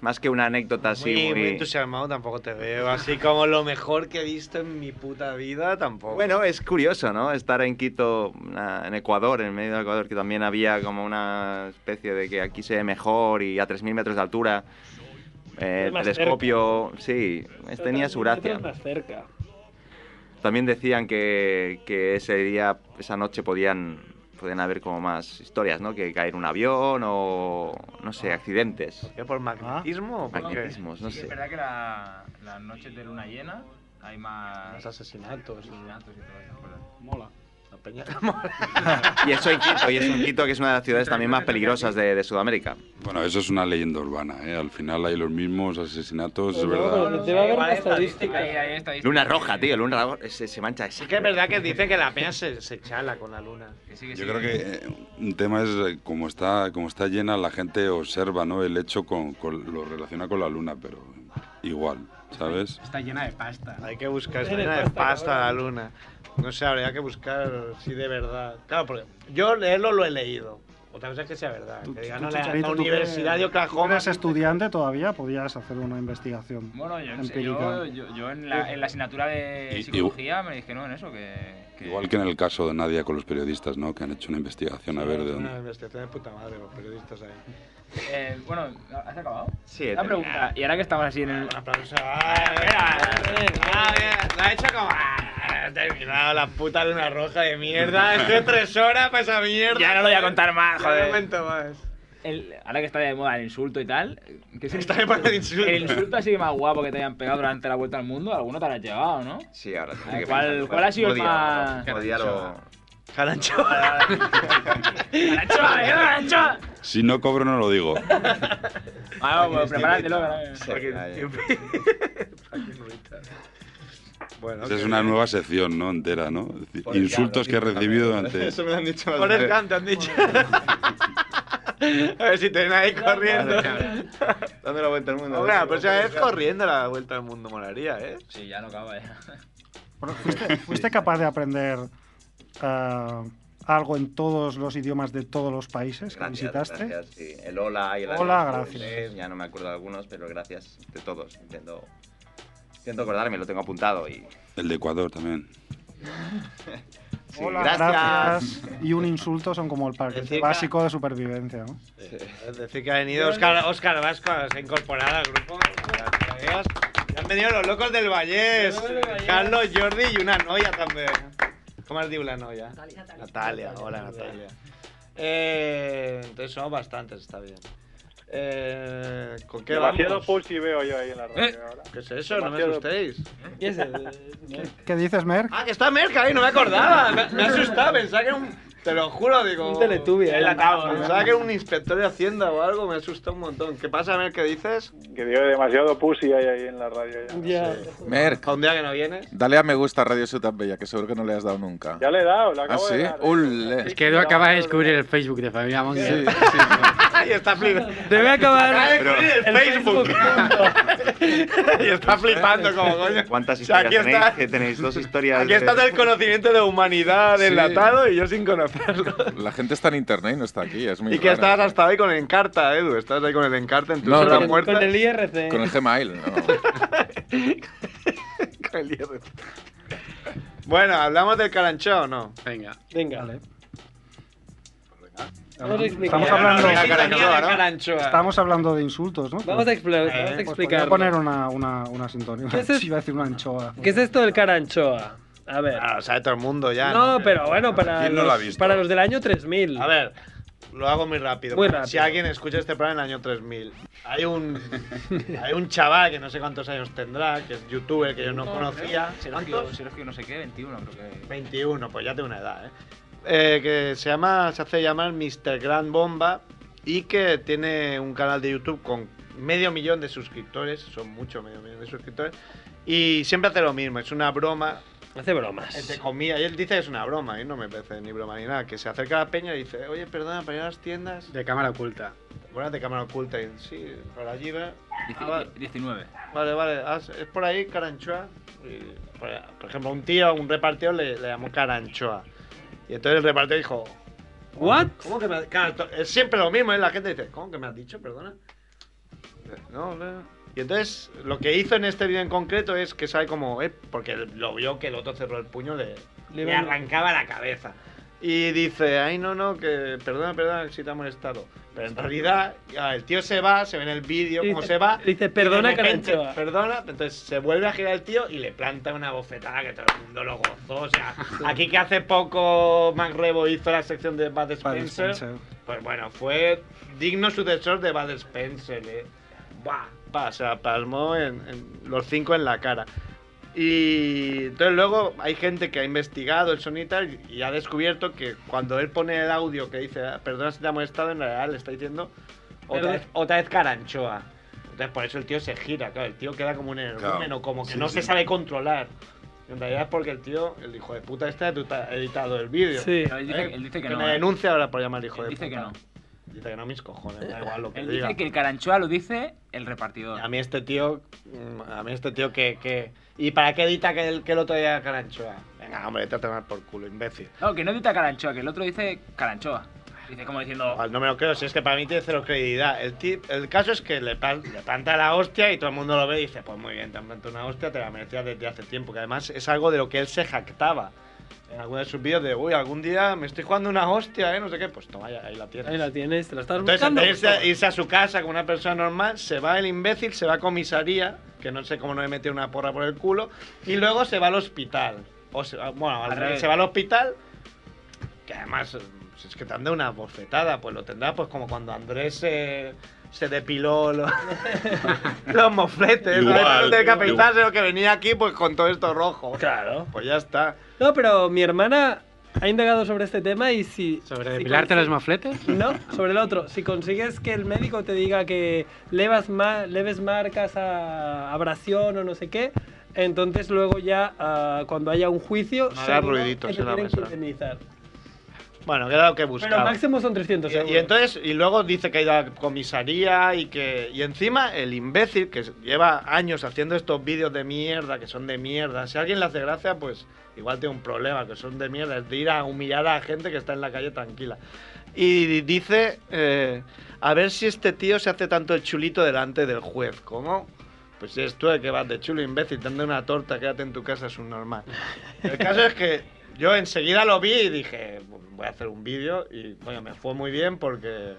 D: Más que una anécdota así
N: muy,
D: muy...
N: muy entusiasmado tampoco te veo. Así como lo mejor que he visto en mi puta vida tampoco.
D: Bueno, es curioso, ¿no? Estar en Quito, na- en Ecuador, en medio de Ecuador, que también había como una especie de que aquí se ve mejor y a 3.000 metros de altura. eh,
A: Es más
D: telescopio, sí, tenía su gracia.
A: Más cerca.
D: También decían que, que ese día, esa noche podían, podían haber como más historias, ¿no? Que caer un avión o, no sé, accidentes.
N: ¿Qué, ¿Por magnetismo? o por qué?
D: Magnetismos, no
M: Sí que
D: sé.
M: es verdad que la- las noches de luna llena hay más...
N: Más asesinatos.
M: asesinatos y todo eso, ¿verdad?
G: Mola. La peña
D: Y eso en Quito, y es un Quito que es una de las ciudades también más peligrosas de, de Sudamérica.
O: Bueno, eso es una leyenda urbana, ¿eh? Al final hay los mismos asesinatos, es
A: pero
O: verdad.
A: debe haber
N: Igual
A: una
N: hay
A: estadística.
M: Ahí hay estadísticas.
D: Luna roja, tío, luna roja, se, se mancha esa.
N: Sí que es verdad que dicen que la peña se, se chala con la luna.
O: Yo creo que eh, un tema es eh, como está, como está llena, la gente observa, ¿no? El hecho con, con- lo relaciona con la luna, pero igual, ¿sabes?
M: Está llena de
F: eh,
M: pasta.
N: Hay que buscar, está
M: Tiene
N: llena de
M: pasta,
N: pasta la
M: cabrón.
N: luna. No sé, habría que buscar si de verdad. Claro, porque yo leerlo lo he leído. Otra cosa es que sea verdad. Que diga,
F: Tú,
N: no, la, la
F: Chicharito, tú que-
N: Universidad de
F: tú que
N: Oklahoma.
F: eres estudiante todavía, podías hacer una investigación
M: Bueno, yo, no sé,
F: empírica.
M: yo, yo- yo en, la, en la asignatura de
O: Y-
M: psicología me dije, no, en eso, que...
O: Igual que en el caso de Nadia con los periodistas, ¿no? Que han hecho una investigación a ver de dónde.
N: Una investigación de puta madre, los periodistas ahí.
M: Eh, bueno, ¿has acabado?
D: Sí,
M: Una pregunta. Y ahora que estamos así en el...
N: Un aplauso. ¡Ay, mira! ¡Ah, bien! Lo ha hecho como. ¡ah!
B: has terminado la puta luna roja de mierda. Esto es tres horas para esa mierda.
M: Ya no lo voy a contar más,
B: Ya
M: joder.
B: No cuento más.
M: El- ahora que está de moda el insulto y tal, que se está
B: de moda el insulto.
M: El insulto así más guapo que te hayan pegado durante la vuelta al mundo, alguno te lo has llevado, ¿no?
D: Sí, ahora
M: Ah,
D: tiene que
M: ¿cuál-
D: pensar.
M: cuál ha sido el
D: Odialo,
M: más-
D: Odialo.
B: Caranchoa.
M: ¡Caranchoa, eh, caranchoa!
O: Si no cobro, no lo digo.
M: Ah, bueno,
D: Fucking
M: prepárátelo,
B: eh.
D: stupid.
M: ¿no?
D: Sí,
M: Fucking
D: ya, ya. Bueno,
O: Esa es
D: que-
O: una nueva sección, ¿no? Entera, ¿no? Es
B: Pues
O: decir,
D: Forrest
O: Insultos
D: Gump,
O: que he recibido durante...
D: Eso me lo han dicho más
B: Forrest
D: veces.
B: Gump, te han dicho. A ver si te ven ahí corriendo.
D: Dando la vuelta al mundo.
B: Hombre, pues la
D: Pero
B: próxima vez
D: corriendo la vuelta al mundo molaría, ¿eh?
M: Sí, ya no acaba ya.
F: ¿Fuiste capaz de aprender ah, algo en todos los idiomas de todos los países que visitaste?
D: Gracias, sí. El hola y el
F: Hola,
D: adiós,
F: gracias.
D: eh, Ya no me acuerdo de algunos, pero gracias de todos. Intento, intento acordarme, lo tengo apuntado y...
O: El de Ecuador también.
D: Sí,
F: Hola,
D: gracias.
F: gracias. Y un insulto son como el paquete
B: Decir que-
F: básico de supervivencia, ¿no?
B: Es decir, que ha venido Oscar, Oscar Vasco, se ha incorporado al grupo. Adiós. Han venido los locos del Vallés. Carlos, Jordi y una noia también. ¿Cómo has dicho la noia? Natalia. hola Natalia. Eh, entonces somos bastantes, está bien. Eh, ¿Con qué
K: Demasiado
B: vamos? ¿Eh?
K: pussy veo yo ahí en la radio ahora.
B: ¿Qué es eso? No me
K: Demasiado-
B: asustéis.
F: ¿Qué dices, Merck?
B: Ah, que está Merca ahí, no me acordaba. Me, me asustaba, pensaba que era un. Te lo juro, digo.
A: Un Teletubby, eh.
B: Pensaba que era un inspector de Hacienda o algo, me asusta un montón. ¿Qué pasa, Merck? ¿Qué dices?
K: Que digo, demasiado pussy hay ahí en la radio ya.
B: Ya.
H: Merck,
B: ¿Para un día que no vienes?
H: dale a me gusta a Radio Ciudad Bella, que seguro que no le has dado nunca.
K: Ya le he dado, la
H: ¿Ah,
K: acabo
H: sí?
K: de dar.
B: ¿eh?
H: Ule.
J: Es que tú acabas de descubrir el Facebook de Familia Monger.
B: Ahí está flipando.
A: Te voy a
B: Acaba de
A: acabar.
B: descubrir el Facebook. y está flipando como coño.
D: ¿Cuántas
B: O sea,
D: historias
B: aquí
D: tenéis?
B: está-
D: Que tenéis dos historias.
B: Aquí está
D: de-
B: el conocimiento de humanidad
H: Sí.
B: enlatado y yo sin conocerlo.
H: La gente está en internet y no está aquí, es muy
B: Y que
H: raro.
B: estabas hasta ahí con el Encarta, Edu. Estabas ahí con el Encarta en tu
H: No,
B: hora
H: con-
B: muerta.
A: Con el IRC.
H: Con el Gmail, no.
B: Con el IRC. Bueno, ¿hablamos del caranchao o no?
J: Venga.
A: Venga. Vamos a explicar.
F: Estamos hablando, estamos hablando de insultos, ¿no?
A: Vamos a expl-
B: Eh,
A: vamos a
F: Pues Voy
A: explicarlo.
F: a poner una, una, una sintonía.
A: ¿Qué es esto?
F: Iba a decir una anchoa.
A: ¿Qué es esto del caranchoa? A ver.
B: Ah, lo sabe todo el mundo ya.
A: No, pero bueno, para,
B: ¿Quién no lo ha
A: los,
B: visto?
A: para los del año 3000.
B: A ver, lo hago muy rápido.
A: Muy rápido.
B: Si alguien escucha este programa en el año 3000, hay un, hay un chaval que no sé cuántos años tendrá, que es youtuber que yo no conocía.
A: ¿eh?
M: Sergio, Sergio, no sé qué, 21 creo que...
B: 21, pues ya tengo una edad, ¿eh? Eh, que se llama, se hace llamar Mr. Gran Bomba y que tiene un canal de YouTube con medio millón de suscriptores, son muchos medio millón de suscriptores, y siempre hace lo mismo, es una broma
A: Hace bromas.
B: entre comillas, y él dice que es una broma, y no me parece ni broma ni nada. Que se acerca a la peña y dice, oye, perdona, para ir a las tiendas.
J: De cámara oculta.
B: Bueno, de cámara oculta, y sí, por allí va. Ah, va-
M: 19.
B: Vale, vale, ah, es por ahí, Caranchoa. Y, por, por ejemplo, un tío, un repartidor le, le llamó Caranchoa. Y entonces el repartidor dijo,
A: ¿What?
B: ¿cómo que me has claro, to- Es siempre lo mismo, ¿eh? la gente dice, ¿cómo que me has dicho? Perdona. No, no. Y entonces lo que hizo en este vídeo en concreto es que sabe como, eh, porque lo vio que el otro cerró el puño, le,
A: Le
B: le,
A: iba-
B: arrancaba la cabeza. Y dice, ay, no, no, que perdona, perdona si te ha molestado. Pero en realidad, ya, el tío se va, se ve en el vídeo cómo
A: Dice-
B: se va.
A: dice,
B: y de
A: "Perdona,
B: repente,
A: Caranchoa".
B: Perdona, entonces se vuelve a girar el tío y le planta una bofetada que todo el mundo lo gozó. O sea, aquí que hace poco Mac Rebo hizo la sección de Bad Spencer,
F: Spencer.
B: pues bueno, fue digno sucesor de Bad Spencer, ¿eh? Buah, buah, se la palmó en- en los cinco en la cara. Y entonces luego hay gente que ha investigado el sonido y tal, y ha descubierto que cuando él pone el audio que dice, "Ah, perdona si te ha molestado, en realidad le está diciendo otra
A: Perdón.
B: vez, otra vez caranchoa. Entonces por eso el tío se gira, claro, el tío queda como un energúmeno,
Q: Claro.
B: como que
Q: Sí,
B: no
Q: sí.
B: se sabe controlar. En realidad es Ah, porque el tío, el hijo de puta este, ha editado el vídeo.
A: Sí.
M: Pero él dice- él dice que no,
B: me
M: ¿eh?
B: denuncia ahora por llamar hijo de
M: dice que
B: puta.
M: no.
B: Dice que no, mis cojones, da igual lo que
M: Él
B: diga.
M: dice que el caranchoa lo dice el repartidor.
B: A mí este tío, mm, a mí este tío que... que... ¿Y para qué edita que el, que el otro día caranchoa? Venga, hombre, te vas a tomar por culo, imbécil.
M: No, que no edita caranchoa, que el otro dice caranchoa. Dice como diciendo...
B: Al- No me lo creo, si es que para mí tiene cero credibilidad. El, tip- el caso es que le, pan- le planta la hostia y todo el mundo lo ve y dice, pues muy bien, te han plantado una hostia, te la merecías desde hace tiempo. Que además es algo de lo que él se jactaba en alguno de sus vídeos de, uy, algún día me estoy jugando una hostia, ¿eh? No sé qué. Pues toma, ya, ahí la tienes.
A: Ahí la tienes, te la estás
B: Entonces, en
A: buscando.
B: vez de irse a, irse a su casa como una persona normal, se va el imbécil, se va a comisaría, que no sé cómo no le metió una porra por el culo, y luego se va al hospital. o se, bueno, al
R: Al
B: revés,
R: revés.
B: se va al hospital, que además eh, si es que te han dado una bofetada, pues lo tendrá pues como cuando Andrés se, se depiló los, los mofletes, ¿no?
R: Igual,
B: No tenía que afeitarse,
R: igual.
B: lo que venía aquí pues con todo esto rojo. Claro. Pues ya está.
A: No, pero mi hermana ha indagado sobre este tema y si... ¿Sobre
J: ¿Depilarte los mafletes?
A: No, sobre el otro. Si consigues que el médico te diga que levas ma- leves marcas a abrasión o no sé qué, entonces luego ya ah, cuando haya un juicio...
B: No hará
A: será
B: ruiditos en la mesa.
A: Indemnizar.
B: Bueno, que era lo que buscaba.
A: Pero máximo son 300 euros.
B: Y, y entonces, y luego dice que ha ido a la comisaría y que. Y encima, el imbécil que lleva años haciendo estos vídeos de mierda, que son de mierda. Si a alguien le hace gracia, pues igual tiene un problema, que son de mierda. Es de ir a humillar a la gente que está en la calle tranquila. Y dice: eh, A ver si este tío se hace tanto el chulito delante del juez. ¿Cómo? Pues si es tú el que vas de chulo, imbécil, te han dado una torta, quédate en tu casa, es un normal. El caso es que yo enseguida lo vi y dije, voy a hacer un vídeo y coño, me fue muy bien porque...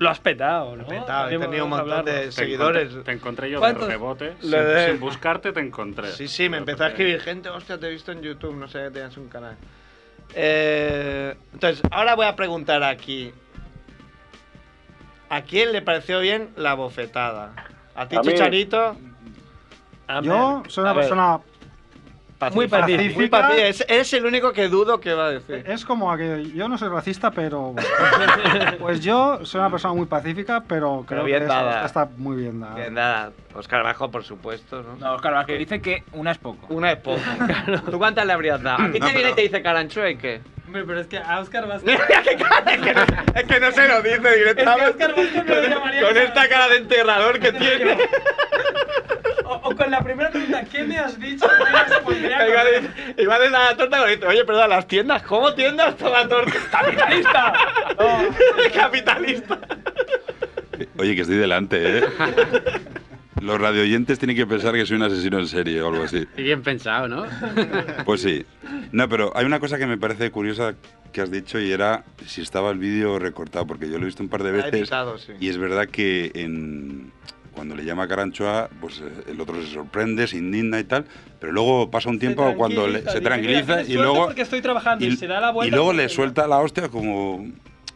A: Lo has petado, ¿no?
B: petado, he
G: Podemos
B: tenido un montón
G: hablarlo.
B: de
G: Te
B: seguidores.
G: encontré- te encontré yo de
B: ¿Cuántos?
G: rebote,
B: Le
G: sin-
B: de-
G: sin buscarte te encontré.
B: Sí, sí, me
G: Lo
B: empezó a
G: encontré.
B: escribir gente, hostia, te he visto en YouTube, no sé, tenías un canal. Eh, entonces, ahora voy a preguntar aquí. ¿A quién le pareció bien la bofetada? ¿A ti,
F: A mí.
B: Chicharito?
F: Yo soy una
B: A ver.
F: persona
B: Muy
F: pacífica.
B: Muy pacífica. Es, es el único que dudo que va a decir.
F: Es como aquello, yo no soy racista, pero. Pues yo soy una persona muy pacífica, pero creo
B: bien
F: que
B: dada.
F: esta está muy bien
C: Ah.
F: dada.
B: Que nada, Oscar Bajo, por supuesto, ¿no?
M: No, Oscar Vázquez dice que una es poco.
B: Una es poco. ¿Tú cuántas le habrías dado? ¿A ti
M: No,
B: te viene
M: pero-
B: y te dice Caranchue y qué?
A: Hombre, pero es que a Oscar Vázquez...
B: es que no se lo dice directamente. con, con esta cara de enterrador que tiene.
A: O, o con la primera pregunta, ¿qué me has dicho?
B: Iba a decir- Iba a decir la torta pero dice, Oye, perdón, las tiendas. ¿Cómo tiendas toda la torta? ¡Capitalista! ¡Capitalista!
O: Oye, que estoy delante, ¿eh? Los radioyentes tienen que pensar que soy un asesino en serie o algo así.
J: Y bien pensado, ¿no?
O: Pues sí. No, pero hay una cosa que me parece curiosa que has dicho y era si estaba el vídeo recortado, porque yo lo he visto un par de
B: Está
O: veces.
B: editado, sí.
O: Y es verdad que en, cuando le llama Caranchoa, pues eh, el otro se sorprende, se indigna y tal, pero luego pasa un tiempo cuando le- se tranquiliza y luego,
A: Porque estoy trabajando y,
O: y-
A: se Pues da la
O: y
A: vuelta.
O: luego le suelta la hostia como...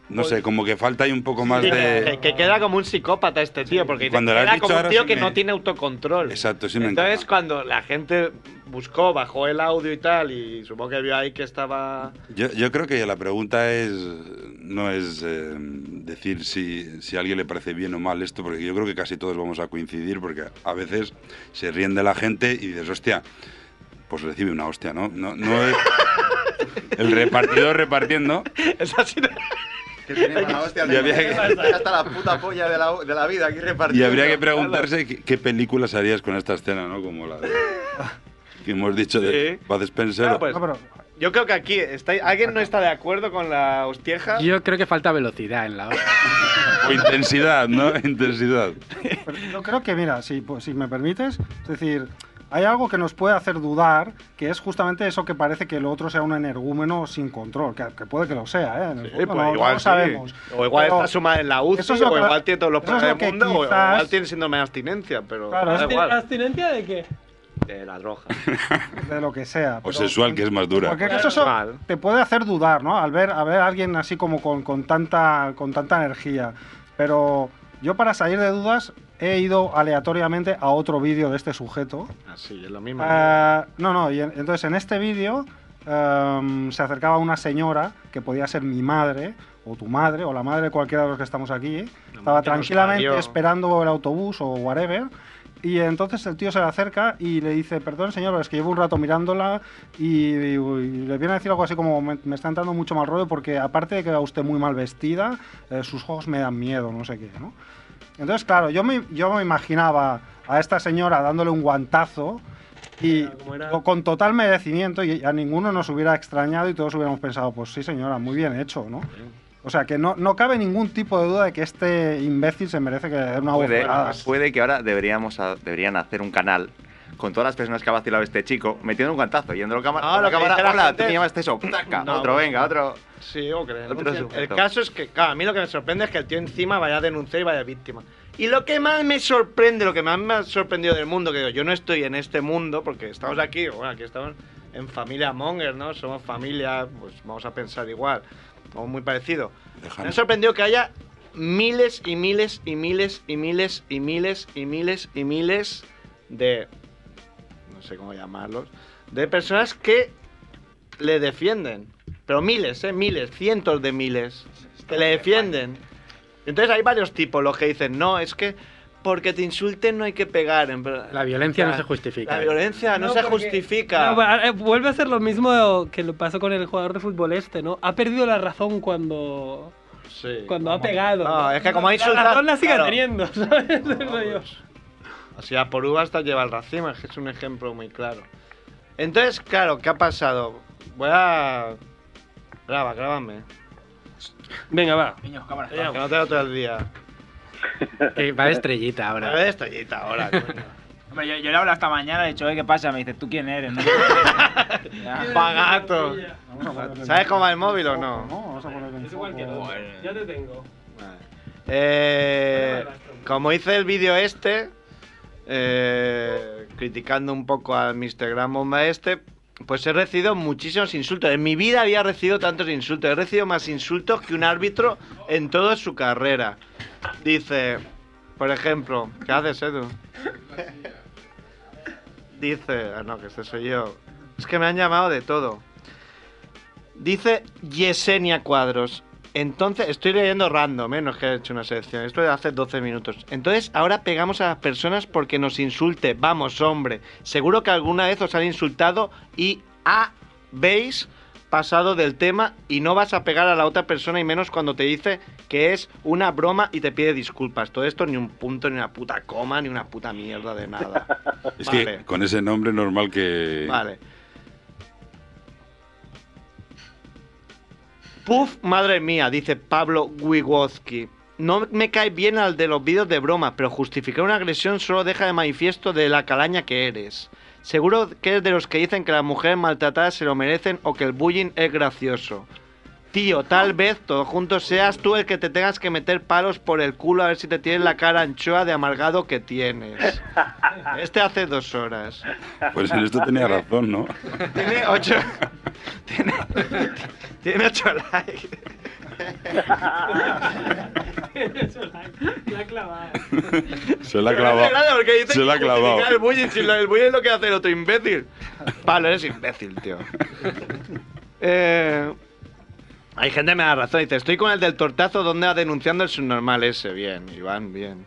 O: No sé, como que falta ahí un poco más de...
B: que, que queda como un psicópata este tío, porque dice,
O: Cuando lo has
B: era
O: dicho
B: como un
O: ahora
B: tío
O: sí
B: que
O: me-
B: no tiene autocontrol.
O: Exacto, sí me
B: Entonces, cuando la gente buscó, bajó el audio y tal, y supongo que vio ahí que estaba.
O: Yo, yo creo que la pregunta es no es eh, decir si, si a alguien le parece bien o mal esto, porque yo creo que casi todos vamos a coincidir, porque a veces se ríen de la gente y dices, hostia, pues recibe una hostia, ¿no? No, no es el repartidor repartiendo.
B: Es así.
S: Que tiene mala hostia.
O: Y había que-
S: Hasta la puta polla de la, de la vida aquí
O: Y
S: repartiendo.
O: habría que preguntarse qué, qué películas harías con esta escena, ¿no? Como la de- que hemos dicho de Bud Spencer.
B: Claro, pues, Yo creo que aquí está, alguien no está de acuerdo con la hostieja.
J: Yo creo que falta velocidad en la hora.
O: O intensidad, ¿no? Intensidad.
F: Yo creo que, mira, si, pues, si me permites, es decir, hay algo que nos puede hacer dudar, que es justamente eso que parece que lo otro sea un energúmeno sin control, que, que puede que lo sea, ¿eh? En el
B: Sí,
F: fondo
B: pues
F: no- no
B: igual
F: lo
B: sí.
F: sabemos.
B: O igual
F: Pero
B: está sumada en la UCI,
F: eso es lo
B: o
F: que-
B: igual tiene todos los
F: eso es
B: problemas del
F: lo que
B: mundo, o- o
F: quizás-
B: igual tiene síndrome de abstinencia, pero
F: Claro,
B: da
F: es-
B: igual.
A: ¿Abstinencia de qué?
B: De la droga.
F: De lo que sea.
O: O sexual, que es más dura.
F: Porque eso
B: Mal.
F: te puede hacer dudar, ¿no? Al ver, a ver a alguien así como con, con tanta, con tanta energía. Pero yo para salir de dudas he ido aleatoriamente a otro vídeo de este sujeto.
B: Así, es lo mismo.
F: Ah, no, no, y en- entonces en este vídeo em, se acercaba una señora que podía ser mi madre o tu madre o la madre de cualquiera de los que estamos aquí. Estaba
B: que nos
F: tranquilamente
B: parió.
F: esperando el autobús o whatever. Y entonces el tío se le acerca y le dice, perdón señor, pero es que llevo un rato mirándola y, y- y le viene a decir algo así como, me, me está entrando mucho mal rollo porque aparte de que va usted muy mal vestida, eh, sus ojos me dan miedo, no sé qué, ¿no? Entonces, claro, yo me, yo me imaginaba a esta señora dándole un guantazo y o con total merecimiento y a ninguno nos hubiera extrañado y todos hubiéramos pensado, pues sí señora, muy bien hecho, ¿no? O sea, que no, no cabe ningún tipo de duda de que este imbécil se merece que le den una
D: Puede,
F: bofetada.
D: puede que ahora deberíamos a- deberían hacer un canal con todas las personas que ha vacilado este chico, metiendo un guantazo, yendo a la cámara.
B: No,
D: a la
B: lo que
D: cámara,
B: dice la
D: hola,
B: gente
D: tú me
B: es-
D: llamaste eso, placa,
B: No,
D: otro,
B: pues-
D: venga, otro.
B: Sí, o que le
D: Otro
B: denuncien. El
D: sujeto.
B: caso es que, claro, a mí lo que me sorprende es que el tío encima vaya a denunciar y vaya víctima. Y lo que más me sorprende, lo que más me ha sorprendido del mundo, que digo, yo no estoy en este mundo, porque estamos aquí, o bueno, aquí estamos, en familia Monger, ¿no? Somos familia, pues vamos a pensar igual, o muy parecido. Me ha sorprendido que haya miles y miles y miles y miles y miles y miles y miles de. No sé cómo llamarlos. De personas que le defienden. Pero miles, ¿eh? Miles, cientos de miles. Que le defienden. Entonces hay varios tipos los que dicen, no, es que porque te insulten no hay que pegar. En verdad".
C: La violencia no se
B: La
C: justifica.
B: violencia no,
A: No,
B: se
A: porque-
B: justifica.
A: No, va- eh, vuelve a ser lo mismo que lo pasó con el jugador de fútbol este, ¿no? Ha perdido la razón cuando,
B: Sí.
A: cuando ha pegado.
B: No, es que como ha
A: La
B: insultado-
A: razón la sigue
B: claro.
A: teniendo, ¿sabes? Es el rollo.
B: O sea, por uva hasta lleva el racimo, es que es un ejemplo muy claro. Entonces, claro, ¿qué ha pasado? Voy a... Graba, grábame.
A: Venga, va.
B: Que no tengo todo el día.
C: Que va de estrellita ahora.
B: Va de estrellita ahora, coño.
M: Hombre, yo, yo le hablo hasta mañana, le he dicho, "Oye, ¿qué pasa? Me dice, ¿tú quién eres? no?" Ya.
B: Pagato. ¿Sabes cómo va el móvil o no?
F: Vamos a poner
A: Es igual que el otro. Ya te tengo.
B: Eh, como hice el vídeo este, eh, criticando un poco al Mr. Gran Bomba este, pues he recibido muchísimos insultos. En mi vida había recibido tantos insultos. He recibido más insultos que un árbitro en toda su carrera. Dice, por ejemplo, ¿qué haces, Edu? Dice, ah, no, que este soy yo. Es que me han llamado de todo. Dice Yesenia Cuadros. Entonces, estoy leyendo random, menos que he hecho una selección. Esto de hace 12 minutos. Entonces, ahora pegamos a las personas porque nos insulte. Vamos, hombre. Seguro que alguna vez os han insultado y habéis pasado del tema y no vas a pegar a la otra persona y menos cuando te dice que es una broma y te pide disculpas. Todo esto ni un punto, ni una puta coma, ni una puta mierda de nada.
O: Es
B: Vale.
O: que con ese nombre normal que...
B: Vale. Puf, madre mía, dice Pablo Wigowski. No me cae bien al de los vídeos de broma, pero justificar una agresión solo deja de manifiesto de la calaña que eres. Seguro que eres de los que dicen que las mujeres maltratadas se lo merecen o que el bullying es gracioso. Tío, tal vez todos juntos seas tú el que te tengas que meter palos por el culo a ver si te tienes la cara anchoa de amargado que tienes. Este hace dos horas.
O: Pues en esto tenía razón, ¿no?
B: Tiene 8 tiene, tiene ocho likes.
A: La clavada.
O: Se la ha
B: Pero no hace nada
O: clavado.
B: porque dice
O: Se la ha
B: que justifica
O: clavado.
B: El bullying, si lo- el bullying es lo que hace el otro imbécil. Pablo, eres imbécil, tío. Eh, hay gente que me da razón. Dice, estoy con el del tortazo donde va denunciando el subnormal ese. Bien, Iván, bien.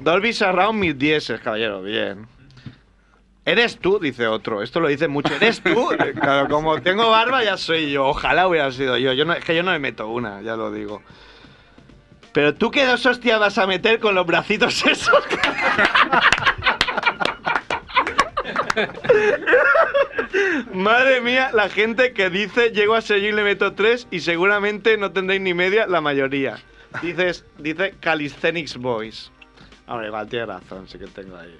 B: Dolby Surround mis dieces, caballero, bien. ¿Eres tú? Dice otro. Esto lo dice mucho. ¿Eres tú? Claro, como tengo barba ya soy yo. Ojalá hubiera sido yo. yo no, es que yo no me meto una, ya lo digo. Pero tú qué dos hostias vas a meter con los bracitos esos. Madre mía, la gente que dice llego a seguir le meto tres y seguramente no tendréis ni media la mayoría. Dices, dice Calisthenics Boys. Hombre, igual tiene razón, sí que tengo ahí.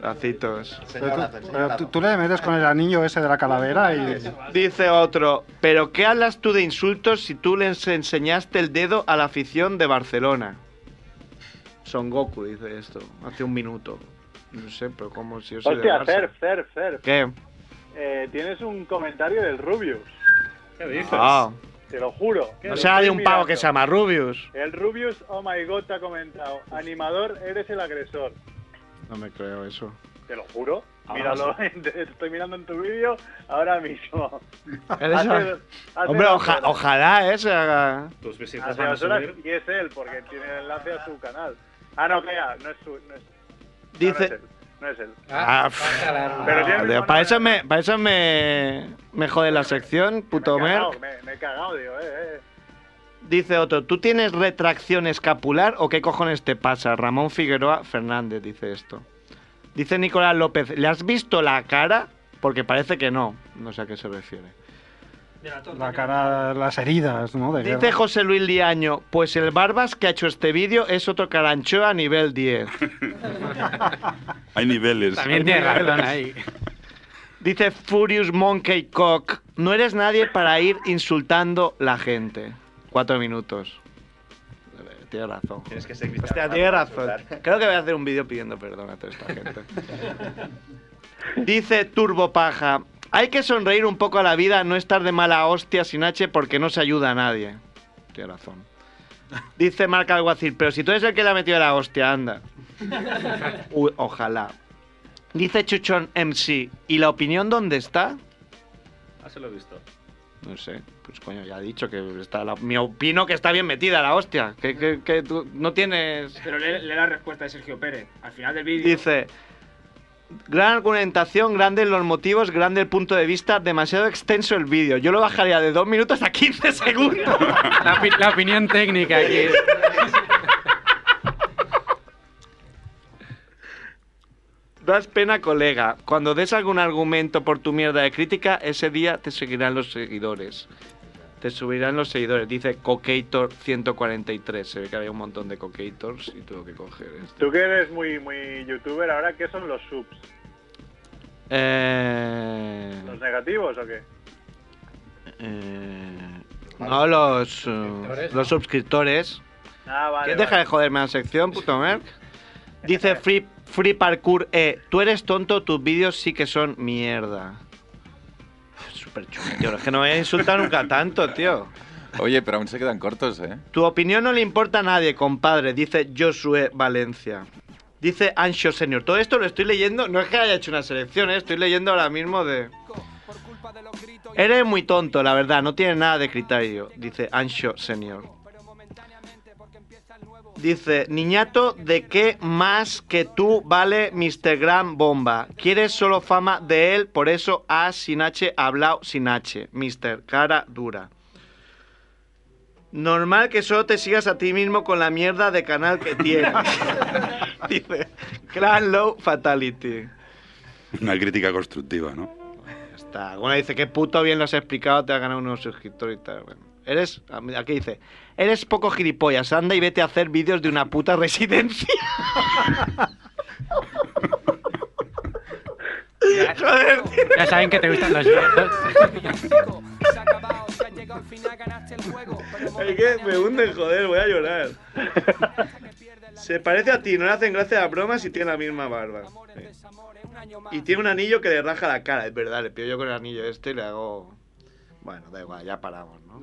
B: Bracitos.
F: Pero tú, pero tú- tú le metes con el anillo ese de la calavera y...
B: Dice otro, pero ¿qué hablas tú de insultos si tú les enseñaste el dedo a la afición de Barcelona? Son Goku dice esto, hace un minuto. No sé, pero como si yo soy de
K: Hostia,
B: Barça.
K: Cerf, Cerf, Cerf.
B: ¿Qué?
K: Eh, tienes un comentario del Rubius. ¿Qué
B: dices? Ah.
K: Te lo juro.
B: No sea de un pavo que se llama Rubius.
K: El Rubius, oh my god, te ha comentado. Animador, eres el agresor.
B: No me creo eso.
K: Te lo juro.
B: Ah,
K: Míralo, estoy mirando en tu vídeo ahora mismo.
B: Eres
K: Hace
B: a-
K: dos- hace
B: Hombre,
K: dos
B: oja-
K: horas.
B: ojalá, ¿eh? se haga-
G: Tus visitas
K: Hace
G: van a
K: dos horas
G: subir.
K: y es él, porque tiene el enlace a su canal. Ah, no, calla, no es su. No es, no,
B: Dice-
K: No es él. No es él.
B: Ah, pf.
K: Pero tiene el mismo
B: Dios, para eso me, para eso me, me jode la sección, puto
K: Me he
B: Mer.
K: cagado, me, me he cagado, digo, eh, eh.
B: Dice otro, ¿tú tienes retracción escapular o qué cojones te pasa? Ramón Figueroa Fernández dice esto. Dice Nicolás López, ¿le has visto la cara? Porque parece que no. No sé a qué se refiere.
F: La cara, las heridas, ¿no? De
B: Dice
F: guerra.
B: José Luis Liaño, pues el Barbas que ha hecho este vídeo es otro carancho a nivel 10.
O: Hay niveles.
B: También tiene razón ahí. Dice Furious Monkey Cock, no eres nadie para ir insultando la gente. Cuatro minutos. Tienes razón.
T: Tienes que ser
B: Hostia,
T: cristiano.
B: tienes razón. Creo que voy a hacer un vídeo pidiendo perdón a toda esta gente. Dice Turbopaja. Hay que sonreír un poco a la vida, no estar de mala hostia sin H porque no se ayuda a nadie. Tiene razón. Dice Marca Alguacil, pero si tú eres el que le ha metido la hostia, anda. Uy, ojalá. Dice Chuchón MC, ¿y la opinión dónde está?
T: Ah, se lo he visto.
B: No sé, pues coño, ya he dicho que está la... Mi opino que está bien metida la hostia. Que, que- que tú no tienes...
M: Pero lee, lee la respuesta de Sergio Pérez al final del vídeo.
B: Dice, gran argumentación, grandes los motivos, grande el punto de vista, demasiado extenso el vídeo. Yo lo bajaría de 2 minutos a 15 segundos.
C: La, opi- la opinión técnica aquí.
B: Das pena, colega. Cuando des algún argumento por tu mierda de crítica, ese día te seguirán los seguidores. Te subirán los seguidores. Dice Cocator 143. Se ve que había un montón de Cocators y tuvo que coger este.
K: Tú que eres muy, muy youtuber ahora, ¿qué son los subs?
B: Eh,
K: ¿Los negativos o qué?
B: eh, no, los, eh, los suscriptores.
K: Ah, vale.
B: ¿Qué deja de joderme la sección, puto Merck? Dice Free, Free Parkour E. Tú eres tonto, tus vídeos sí que son mierda. Súper chulo, tío. Es que no me insulta nunca tanto, tío.
H: Oye, pero aún se quedan cortos, ¿eh?
B: Tu opinión no le importa a nadie, compadre, dice Josué Valencia. Dice Ancho Senior. Todo esto lo estoy leyendo, no es que haya hecho una selección, ¿eh? estoy leyendo ahora mismo de... Eres muy tonto, la verdad, no tiene nada de criterio, dice Ancho Senior. Dice, niñato, ¿de qué más que tú vale Mr. Gran Bomba? Quieres solo fama de él, por eso A sin H, hablao sin H. Mr. Cara dura. Normal que solo te sigas a ti mismo con la mierda de canal que tienes. Dice, Clan Low Fatality.
O: Una crítica constructiva, ¿no?
B: Está. Bueno, dice, qué puto bien lo has explicado, te has ganado unos suscriptores y tal. Bueno, eres, aquí dice, eres poco gilipollas, anda y vete a hacer vídeos de una puta residencia. Joder, tío.
C: Ya saben que te gustan los mierdos.
B: Es que me hunden, joder, voy a llorar. Se parece a ti, no le hacen gracia las bromas y tiene la misma barba. Y tiene un anillo que le raja la cara, es verdad, le pido yo con el anillo este y le hago... Bueno, da igual, ya paramos, ¿no?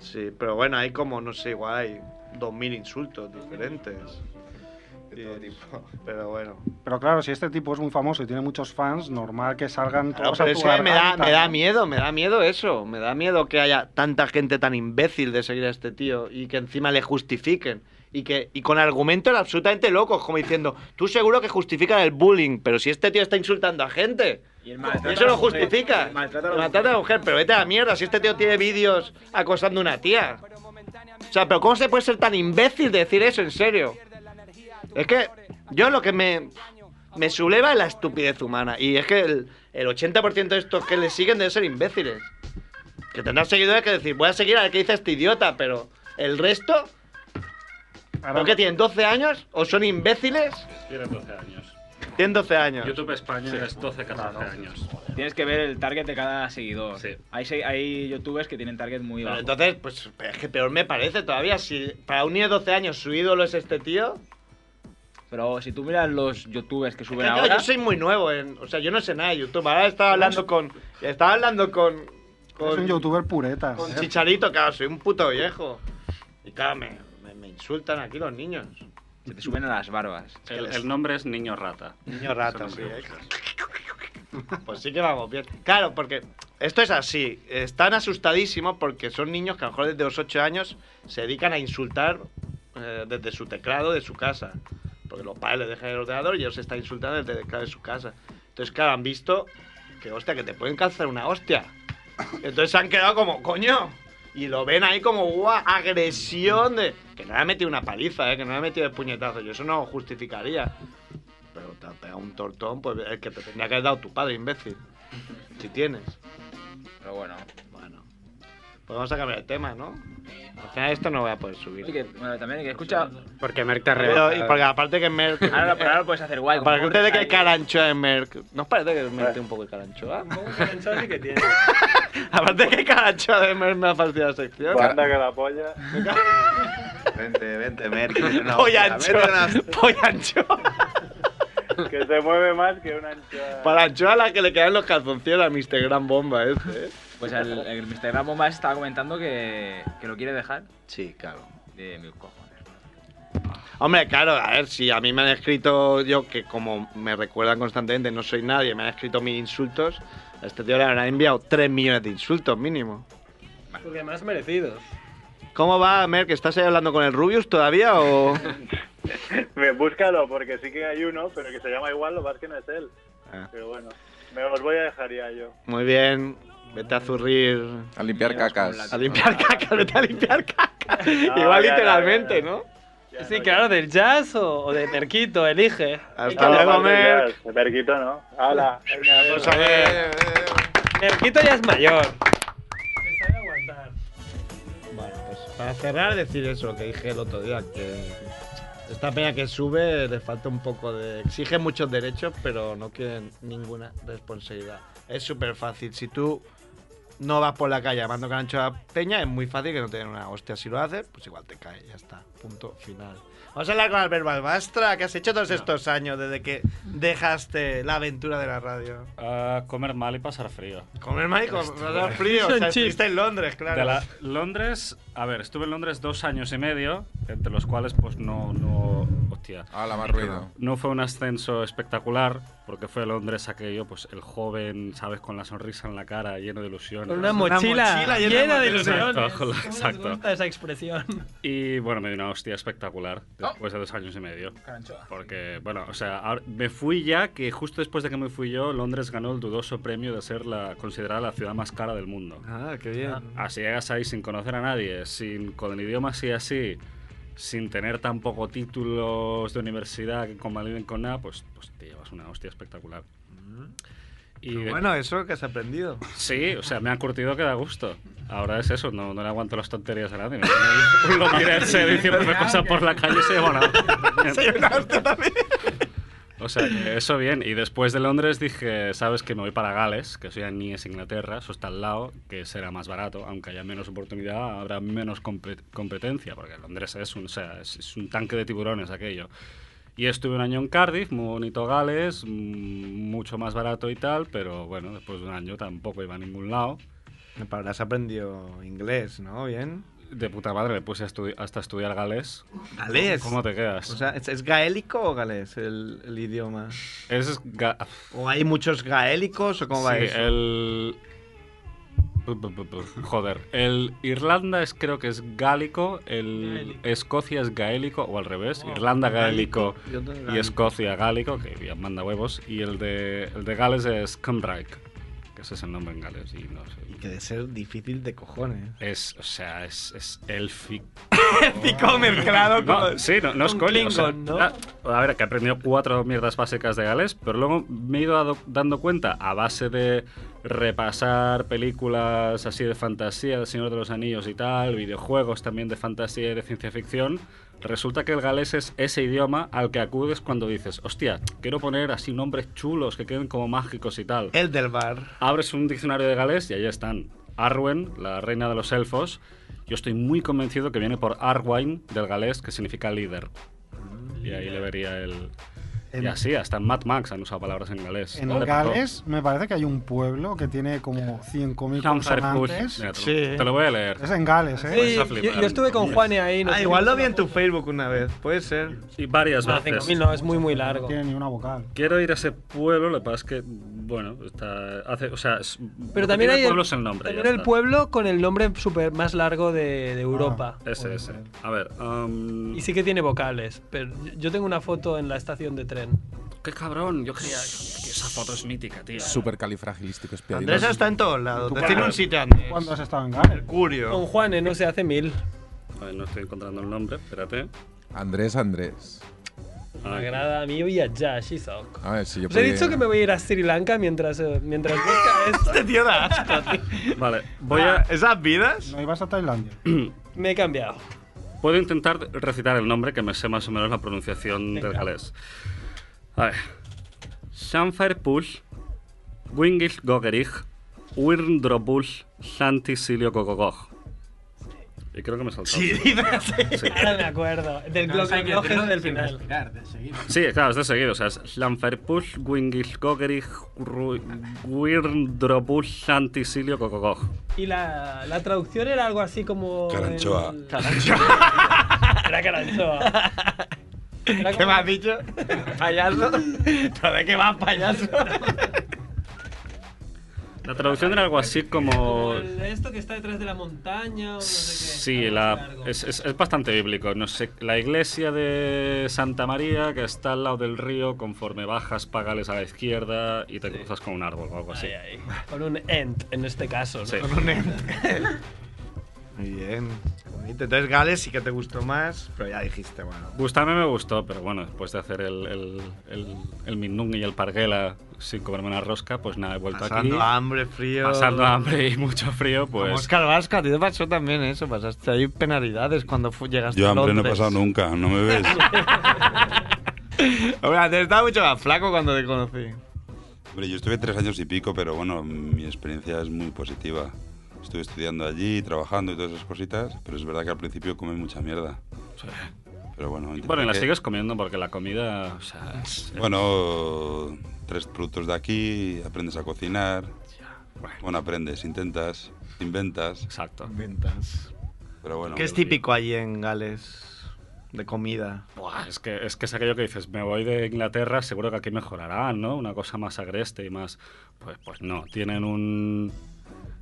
B: Sí, pero bueno, hay como, no sé, igual hay 2.000 insultos diferentes. De todo tipo. Pero bueno.
F: Pero claro, si este tipo es muy famoso y tiene muchos fans, normal que salgan
B: Claro,
F: todos
B: pero
F: a
B: es
F: tu
B: que me da,
F: garganta,
B: me da
F: ¿no?
B: miedo, me da miedo eso. Me da miedo que haya tanta gente tan imbécil de seguir a este tío y que encima le justifiquen. Y, que, y con argumentos absolutamente locos, como diciendo, tú seguro que justifican el bullying, pero si este tío está insultando a gente,
T: Y el maltrato
B: eso
T: a
B: lo
T: la mujer.
B: justifica.
T: El maltrato a la
B: Lo maltrata a la mujer, pero vete a la mierda, si este tío tiene vídeos acosando a una tía. O sea, pero ¿cómo se puede ser tan imbécil de decir eso en serio? Es que yo lo que me, me subleva es la estupidez humana. Y es que el, el 80% de estos que le siguen deben ser imbéciles. Que tendrán seguidores que decir, voy a seguir al que dice este idiota, pero el resto... ¿Por qué tienen 12 años? ¿O son imbéciles?
G: Tiene 12 años.
B: Tienen 12 años.
G: YouTube España es 12, 14 años.
T: Tienes que ver el target de cada seguidor. Hay, se- hay youtubers que tienen target muy
B: Pero
T: bajo.
B: entonces, pues es que peor me parece todavía. Si para un niño de 12 años su ídolo es este tío...
T: Pero si tú miras los youtubers que suben
B: Claro,
T: ahora.
B: yo soy muy nuevo, en- o sea, yo no sé nada de YouTube. Ahora estaba hablando con... Estaba hablando con...
F: Es un
B: con
F: youtuber pureta.
B: Con Chicharito, claro, soy un puto viejo. Y claro, me, me- me insultan aquí los niños.
T: Se te suben a las barbas.
G: El, el nombre es Niño Rata.
B: Niño Rata,
G: Eso
B: sí.
G: no
B: ¿eh?
G: sé.
B: Pues sí que vamos bien. Claro, porque esto es así. Están asustadísimos porque son niños que a lo mejor desde los 8 años se dedican a insultar eh, desde su teclado de su casa. Porque los padres les dejan el ordenador y ellos se están insultando desde el teclado de su casa. Entonces, claro, han visto que, hostia, que te pueden calzar una hostia. Entonces se han quedado como, coño. Y lo ven ahí como, guau, agresión de... Que no le ha metido una paliza, ¿eh? que no le ha metido el puñetazo. Yo eso no lo justificaría. Pero te ha pegado un tortón, pues el que te tendría que haber dado tu padre, imbécil. Si tienes.
T: Pero bueno.
B: Bueno. Pues vamos a cambiar el tema, ¿no? Al final esto no voy a poder subir.
T: Oye, bueno, también hay que escuchar.
B: Porque Merck te
T: ha
B: Pero, y
T: reventado.
B: porque aparte que Merck...
T: Ahora, lo- pero ahora lo puedes hacer guay.
B: Para que
T: como
B: usted de que
T: ahí.
B: el caranchoa es Merck. ¿No os parece que Merck tiene un poco de caranchoa?
A: que tiene.
B: Aparte que el caranchoa de Merck me ha fastidiado la sección.
K: Banda que la polla.
U: Vente, vente, Merck. vente una
B: Polla
U: hostia, vete
B: anchoa.
U: una-
B: Polla anchoa.
K: que se mueve más que una anchoa.
B: Para Anchoa la que le quedan los calzoncillos a Mr. Gran Bomba este. ¿eh?
M: Pues el, el Mr. Gran Bomba
T: este
M: estaba comentando que, que lo quiere dejar.
B: Sí, claro.
M: De mi cojones.
B: Hombre, claro, a ver, si a mí me han escrito, yo que como me recuerdan constantemente, no soy nadie, me han escrito mil insultos, a este tío le habrán enviado 3 millones de insultos mínimo.
A: Porque más merecidos.
B: ¿Cómo va, Mer, que estás ahí hablando con el Rubius todavía o...?
K: Me- Búscalo, porque sí que hay uno, pero que se llama igual, lo más que no es él.
B: Ah.
K: Pero bueno, me os voy a dejar ya yo.
B: Muy bien, vete a zurrir.
H: A limpiar cacas.
B: A limpiar cacas, vete a limpiar cacas.
A: No,
B: Igual
A: ya, ya,
B: literalmente, ¿no?
A: Sí, claro, del jazz o, o de Perquito, elige.
B: Hasta luego, Merck.
K: Perquito no. Hala.
A: Vamos a ver. Perquito ya es mayor.
B: Para cerrar, decir eso que dije el otro día, que esta peña que sube le falta un poco de... Exige muchos derechos, pero no quieren ninguna responsabilidad. Es súper fácil. Si tú no vas por la calle llamando carancho a la peña, es muy fácil que no te den una hostia. Si lo haces, pues igual te cae, ya está. Punto final. Vamos a hablar con Albert Balbastra, que has hecho todos estos años desde que dejaste la aventura de la radio.
G: Ah, comer mal y pasar frío.
B: Comer mal y pasar frío, o sea,
G: Es un chip.
B: estuviste en Londres, claro.
G: De la- Londres, a ver, estuve en Londres dos años y medio, entre los cuales pues no, no, hostia.
H: Ah, la más ruido.
G: No fue un ascenso espectacular, porque fue Londres aquello, pues el joven, sabes, con la sonrisa en la cara, lleno de ilusiones.
A: Con una mochila, llena, de ilusiones.
G: Exacto, con la-
A: ¿Cómo
G: exacto.
A: nos gusta esa expresión?
G: Y bueno, me dio una hostia espectacular después de dos años y medio. Porque, bueno, o sea, ahora- me fui ya que justo después de que me fui yo, Londres ganó el dudoso premio de ser la, considerada la ciudad más cara del mundo.
B: Ah, qué bien.
G: Así llegas ahí sin conocer a nadie, sin, con el idioma así así, sin tener tampoco títulos de universidad que convaliden con nada, pues, pues te llevas una hostia espectacular.
B: Mm.
G: Y
B: Bueno, eso que has aprendido.
G: Sí, o sea, me han curtido que da gusto. Ahora es eso, no, no le aguanto las tonterías a nadie. No- Uno quiere irse diciéndome cosas por la calle y se lleva una hostia. O sea, que eso bien. Y después de Londres dije, sabes que me voy para Gales, que eso ya ni es Inglaterra, eso está al lado, que será más barato. Aunque haya menos oportunidad, habrá menos compet- competencia, porque Londres es un, o sea, es, es un tanque de tiburones aquello. Y estuve un año en Cardiff, muy bonito Gales, mm, mucho más barato y tal, pero bueno, después de un año tampoco iba a ningún lado.
B: Pero has aprendido inglés, ¿no? Bien.
G: De puta madre, me puse a estudi- hasta estudiar galés.
B: ¿Galés?
G: ¿Cómo te quedas?
B: O sea, ¿es, es gaélico o galés el, el idioma?
G: Es ga-
B: ¿O hay muchos gaélicos o cómo va
G: Sí, eh.
B: eso?
G: el... pu- pu- pu- pu- Joder, el Irlanda es, creo que es gálico, el Escocia es gaélico, o al revés, Irlanda gaélico
B: Yo tengo
G: y
B: gaélico.
G: Escocia gálico, que ya manda huevos, y el de, el de Gales es Cymraeg, que ese es el nombre en Gales, y no sé.
B: Que debe ser difícil de cojones.
G: Es, o sea, es, es élfico.
B: Élfico mezclado
G: no,
B: con-
G: Sí, no, no es
B: con
G: coño. o sea,
B: Klingon, ¿no?
G: la- Ah, A ver, que he aprendido cuatro mierdas básicas de galés, pero luego me he ido dado- dando cuenta, a base de repasar películas así de fantasía, del Señor de los Anillos y tal, videojuegos también de fantasía y de ciencia ficción, resulta que el galés es ese idioma al que acudes cuando dices, hostia, quiero poner así nombres chulos que queden como mágicos y tal.
B: El del bar.
G: Abres un diccionario de galés y ahí están. Arwen, la reina de los elfos. Yo estoy muy convencido que viene por Arwain del galés, que significa líder. Y ahí le vería el.
F: En-
G: Y así, hasta en Mad Max han usado palabras en pues galés.
F: En
G: Le pasó.
F: Gales me parece que hay un pueblo que tiene como 5.000 consonantes.
G: pues, Mira, te lo- Te lo voy a leer.
F: Es en Gales, ¿eh?
G: Vais a flipar.
A: ahí, no
B: Pues ah,
A: sé
B: igual
A: cómo
B: lo vi en tu Facebook una vez, puede ser.
G: Y varias
A: Ah,
G: veces.
A: 5.000 no, es muy, muy largo.
F: No tiene ni una vocal.
G: Quiero ir a ese pueblo, lo que pasa es que, bueno, está. Hace, o sea, es- lo
A: Pero
G: que
A: también
G: tiene
A: hay
G: el pueblo es el nombre. ya
A: también el
G: está.
A: pueblo con el nombre super más largo de, de Europa.
G: Ah, Ese, ese. A ver. um,
A: Y sí que tiene vocales. Pero yo tengo una foto en la estación de tren.
G: Qué cabrón, yo creía que esa foto es mítica, tío.
H: Súper califragilístico
B: Andrés está en todos lados.
G: Tu
B: Tiene
G: padre.
B: un sitio Andrés.
F: ¿Cuándo has estado en Gales?
A: Con Juanes no se hace mil.
G: A ver, no estoy encontrando el nombre, espérate.
H: Andrés, Andrés.
A: Me agrada a mí viajar, Shizok.
H: A ver, si yo
A: Os he
H: podía-
A: dicho que me voy a ir a Sri Lanka mientras, eh, mientras busca esto.
B: Este tío da asco,
G: Vale, voy a.
B: ¿Esas vidas?
F: No ibas a Tailandia.
A: Me he cambiado.
G: Puedo intentar recitar el nombre que me sé más o menos la pronunciación del galés. A ver. Shanferpush, Wingis Gogerich, Wirndrobush, Santi Silio Gogogog. Y creo que me he saltado.
A: Sí,
G: Sí.
A: Ahora me acuerdo. Del
J: Claro,
A: bloque
J: hay que
A: halógeno
J: tener-
A: del
J: que
A: final.
J: respirar de seguido.
G: Sí, claro, esto es seguido. O sea, es Lanferpush, Wingilcogerich, Wirdropush, Antisilio, Cococog.
A: Y la, la traducción era algo así como.
G: Caranchoa.
A: el- era caranchoa.
N: ¿Qué me has dicho? ¿Payaso? ¿Pero de qué vas, payaso?
G: La traducción era algo así como.
A: El- Esto que está detrás de la montaña. o no sé
G: Sí, la, es, es- es bastante bíblico. No sé, la iglesia de Santa María, que está al lado del río, conforme bajas, pagales a la izquierda y te cruzas con un árbol o algo así.
A: qué. Con un end en este caso. ¿no?
G: Sí.
A: Con un end.
B: Muy bien. Bonito. Entonces Gales sí que te gustó más, pero ya dijiste, bueno.
G: Gustarme me gustó, pero bueno, después de hacer el, el, el, el Mindung y el Parguela sin comerme una rosca, pues nada, he vuelto aquí.
B: Pasando hambre, frío.
G: Pasando hambre y mucho frío,
B: Como
G: pues.
B: Oscar Vasco, a ti te pasó también eso. Pasaste ahí penalidades cuando fu- llegaste
O: Yo
B: a
O: hambre
B: Londres.
O: no he pasado nunca, no me ves.
B: Hombre, antes estaba mucho más flaco cuando te conocí.
O: Hombre, yo estuve tres años y pico, pero bueno, mi experiencia es muy positiva. Estuve estudiando allí, trabajando y todas esas cositas, pero es verdad que al principio comí mucha mierda. Pero bueno,
G: Bueno,
O: intenté
G: y la
O: que-
G: sigues comiendo porque la comida. O sea, es-
O: Bueno, tres productos de aquí, aprendes a cocinar. Bueno, aprendes, intentas, inventas.
G: Exacto.
B: Inventas.
O: Pero bueno.
B: ¿Qué es típico allí en Gales de comida?
G: Buah, es que, es que es aquello que dices, me voy de Inglaterra, seguro que aquí mejorarán, ¿no? Una cosa más agreste y más... Pues, pues no, tienen un...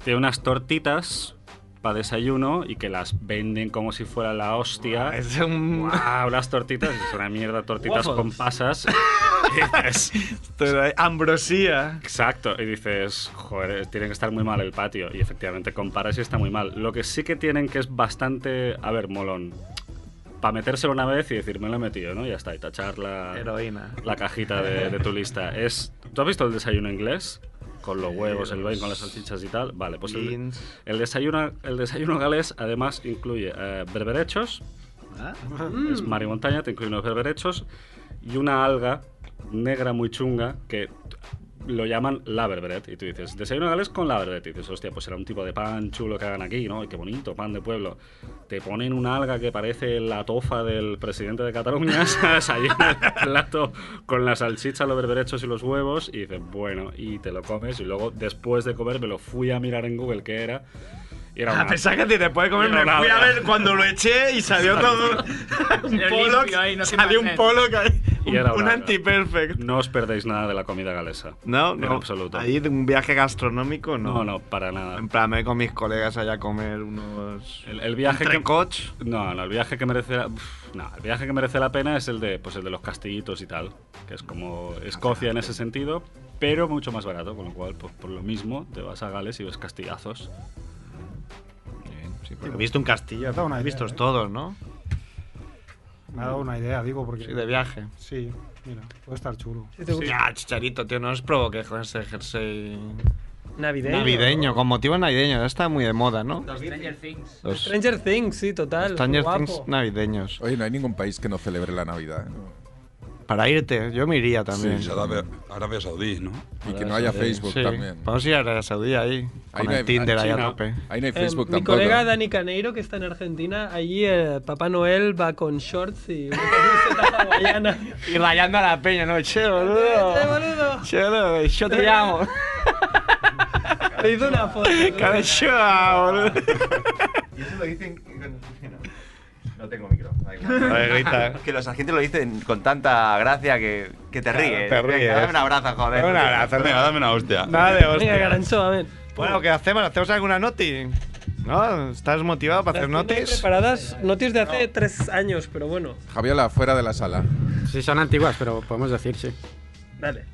G: Tienen unas tortitas para desayuno y que las venden como si fuera la hostia.
B: Ah, es un...
G: Guau, unas tortitas, es una mierda, tortitas
B: Waffles.
G: con pasas.
B: ambrosía.
G: Exacto, y dices, joder, tiene que estar muy mal el patio. Y efectivamente comparas y está muy mal. Lo que sí que tienen que es bastante, a ver, molón. Para metérselo una vez y decir, me lo he metido, ¿no? Y Ya está, y tachar la,
B: Heroína.
G: la cajita de, de tu lista. Es, ¿Tú has visto el desayuno inglés? Con los huevos, el bacon, las salchichas y tal. Vale, pues el,
B: Beans.
G: el desayuno, el desayuno galés además incluye eh, berberechos,
B: Ah. Mm.
G: es mar y montaña, te incluye unos berberechos y una alga negra muy chunga que lo llaman la berberet. Y tú dices, desayuno galés con la berberet. Y dices, hostia, pues será un tipo de pan chulo que hagan aquí, ¿no? Y qué bonito, pan de pueblo. Te ponen una alga que parece la tofa del presidente de Cataluña, ¿sabes? Ahí en el plato con la salchicha, los berberechos y los huevos. Y dices, bueno, y te lo comes. Y luego, después de comer, me lo fui a mirar en Google qué era. Y era
B: A
G: una-
B: pesar Ah, que te te puede comer,
G: Era
B: me
G: una
B: fui a
G: alga.
B: ver cuando lo eché y salió todo. un polo. Salió un polo que
G: Y era
B: un
G: una-
B: anti-perfect.
G: No os perdéis nada de la comida galesa.
B: No,
G: En
B: no.
G: absoluto.
B: Ahí de un viaje gastronómico, no.
G: No, no, para nada.
B: En plan, me voy con mis colegas allá a comer unos.
G: El, el viaje que
B: coach.
G: No, no, el viaje que merece la, Uf, no, el viaje que merece la pena es el de pues el de los castillitos y tal, que es como Escocia en ese sentido, pero mucho más barato, con lo cual pues, por lo mismo te vas a Gales y ves castillazos.
B: He visto un castillo.
F: Da una
B: He
F: idea,
B: visto
F: ¿eh?
B: todos, ¿no?
F: Me ha dado una idea, digo, porque.
B: Sí, de viaje.
F: Sí, mira, puede estar chulo.
B: Sí. Ah, chicharito, tío, no os provoqué con ese jersey.
A: Navideño.
B: Navideño, con motivo navideño. Ya está muy de moda, ¿no?
M: Stranger Things.
B: Los
A: Stranger Things, sí, total.
B: Stranger
A: guapo.
B: Things navideños.
H: Oye, no hay ningún país que no celebre la Navidad. ¿eh?
B: Para irte, yo me iría también.
O: Sí, Arabia, Arabia Saudí, ¿no?
H: Y que no haya Facebook
B: Sí.
H: también.
B: Vamos a ir a Arabia Saudí ahí. Con el Tinder ahí a tope.
A: Eh, mi colega Dani Caneiro, que está en Argentina, allí eh, Papá Noel va con shorts y una camiseta hawaiana.
B: Y rayando a la peña, ¿no? Che, boludo.
A: Che, boludo.
B: Che, boludo, yo te llamo.
A: Le hizo una foto.
B: Cabelloa, Ah, boludo.
U: Y eso lo dicen. No tengo micro. da igual.
D: A ver, grita. Que los agentes lo dicen con tanta gracia que, que te
U: Claro,
D: ríes.
U: te
D: Venga,
U: ríes.
D: Dame un abrazo, joder.
B: Dame un abrazo,
O: Venga, dame una hostia.
B: Nada de hostia.
A: Garanzo, a ver.
B: Bueno, ¿qué hacemos? ¿Hacemos alguna noti? ¿No? ¿Estás motivado para hacer notis?
A: Preparadas noticias de hace tres años, pero bueno,
H: Javiola, fuera de la sala.
J: Sí, son antiguas, pero podemos decir, sí.
A: dale.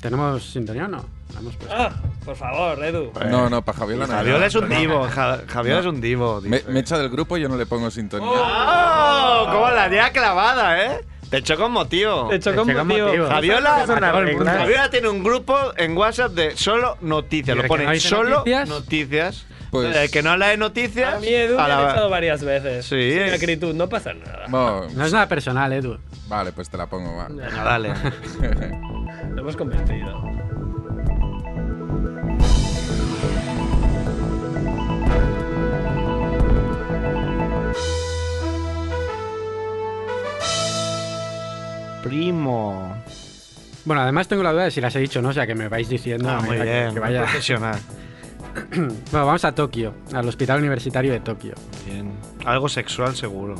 J: ¿Tenemos sintonía o no? La hemos puesto.
A: Ah, por favor, Edu.
H: No, no, para Javiola no.
B: Javiola es un divo, Ja-
H: Javier
B: Javiola es un divo.
H: Me, me echa del grupo y yo no le pongo sintonía.
B: ¡Oh! ¿Cómo la haría clavada, eh? Te echó con motivo.
A: Te echó con Te echó con motivo. motivo.
B: Javiola,
A: Eso no son arreglas.
B: Javiola tiene un grupo en WhatsApp de solo noticias.
A: ¿Y el
B: Lo
A: que no
B: pone
A: dice
B: solo
A: noticias?
B: noticias.
H: Pues-
B: Entonces, el que no habla de noticias.
A: A mí Edu
B: a
A: me
B: la-
A: ha echado varias veces.
B: Sí,
A: Sin
B: es-
A: acritud, no pasa nada.
H: No
J: es nada personal, Edu.
H: Vale, pues te la pongo, va.
A: Venga,
B: dale.
A: Lo hemos convencido.
B: primo.
J: Bueno, además tengo la duda de si las he dicho o no, o sea que me vais diciendo.
B: Ah,
J: a
B: muy
J: medida que-
B: bien,
J: que
B: muy
J: vaya.
B: profesional.
J: bueno, vamos a Tokio, al Hospital Universitario de Tokio.
B: Bien. Algo sexual seguro.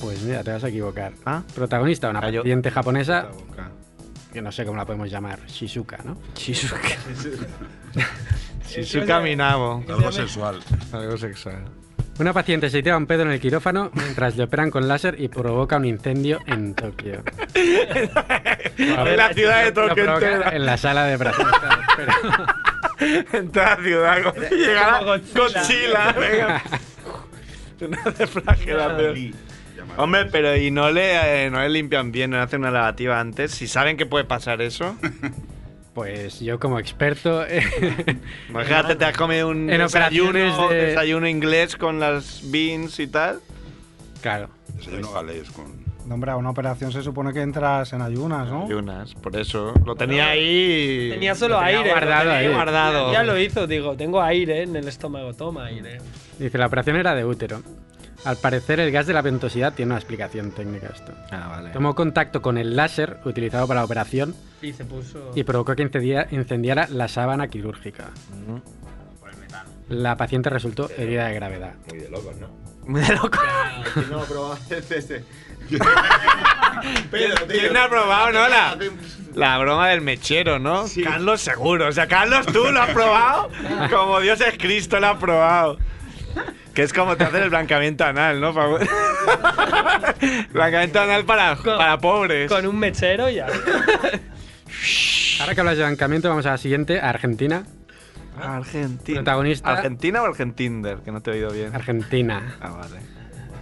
J: Pues mira, te vas a equivocar.
B: ¿Ah?
J: Protagonista, una paciente japonesa. Que no sé cómo la podemos llamar, Shizuka, ¿no?
B: Shizuka. Shizuka Minamo.
H: Algo sexual.
B: Algo sexual.
J: Una paciente se tira un pedo en el quirófano mientras le operan con láser y provoca un incendio en Tokio.
B: En la ciudad de
J: Lo
B: Tokio
J: provoca
B: entera.
J: En la sala de brazos.
B: En toda la ciudad. como si Llegara
J: Como Godzilla.
B: Godzilla. Venga. Una deflagración. Hombre, pero y no le, eh, no le limpian bien, no le hacen una lavativa antes. Si saben que puede pasar eso.
J: Pues yo como experto
B: Imagínate, te has comido un
J: En
B: desayuno,
J: operaciones de-
B: desayuno inglés con las beans y tal.
J: Claro.
O: Desayuno galés con.
F: No, hombre, a una operación se supone que entras en ayunas, ¿no?
B: Ayunas, por eso. Lo tenía ahí.
A: Tenía solo
B: Lo tenía
A: aire.
B: guardado
A: lo tenía
B: ahí. Guardado.
A: Ya lo hizo, digo, tengo aire en el estómago, toma aire.
J: Dice, la operación era de útero. Al parecer, el gas de la ventosidad tiene una explicación técnica a esto.
B: Ah, vale.
J: Tomó contacto con el láser utilizado para la operación
A: Y se puso.
J: y provocó que incendia- incendiara la sábana quirúrgica. La paciente resultó herida de gravedad.
U: Muy de locos, ¿no?
B: Muy de locos.
U: ¿Quién no lo ha probado ese?
B: Pero, ¿Quién ha probado, no? La, la broma del mechero, ¿no? Carlos, seguro. O sea, Carlos, tú lo has probado. como Dios es Cristo, lo has probado. Que es como te hacen el blancamiento anal, ¿no? Pablo? blancamiento anal para, para pobres.
A: Con un mechero ya.
J: Ahora que hablas de bancamiento, vamos a la siguiente, a Argentina.
B: Argentina.
J: Protagonista.
B: ¿Argentina o Argentinder? Que no te he oído bien.
J: Argentina.
B: Ah, vale.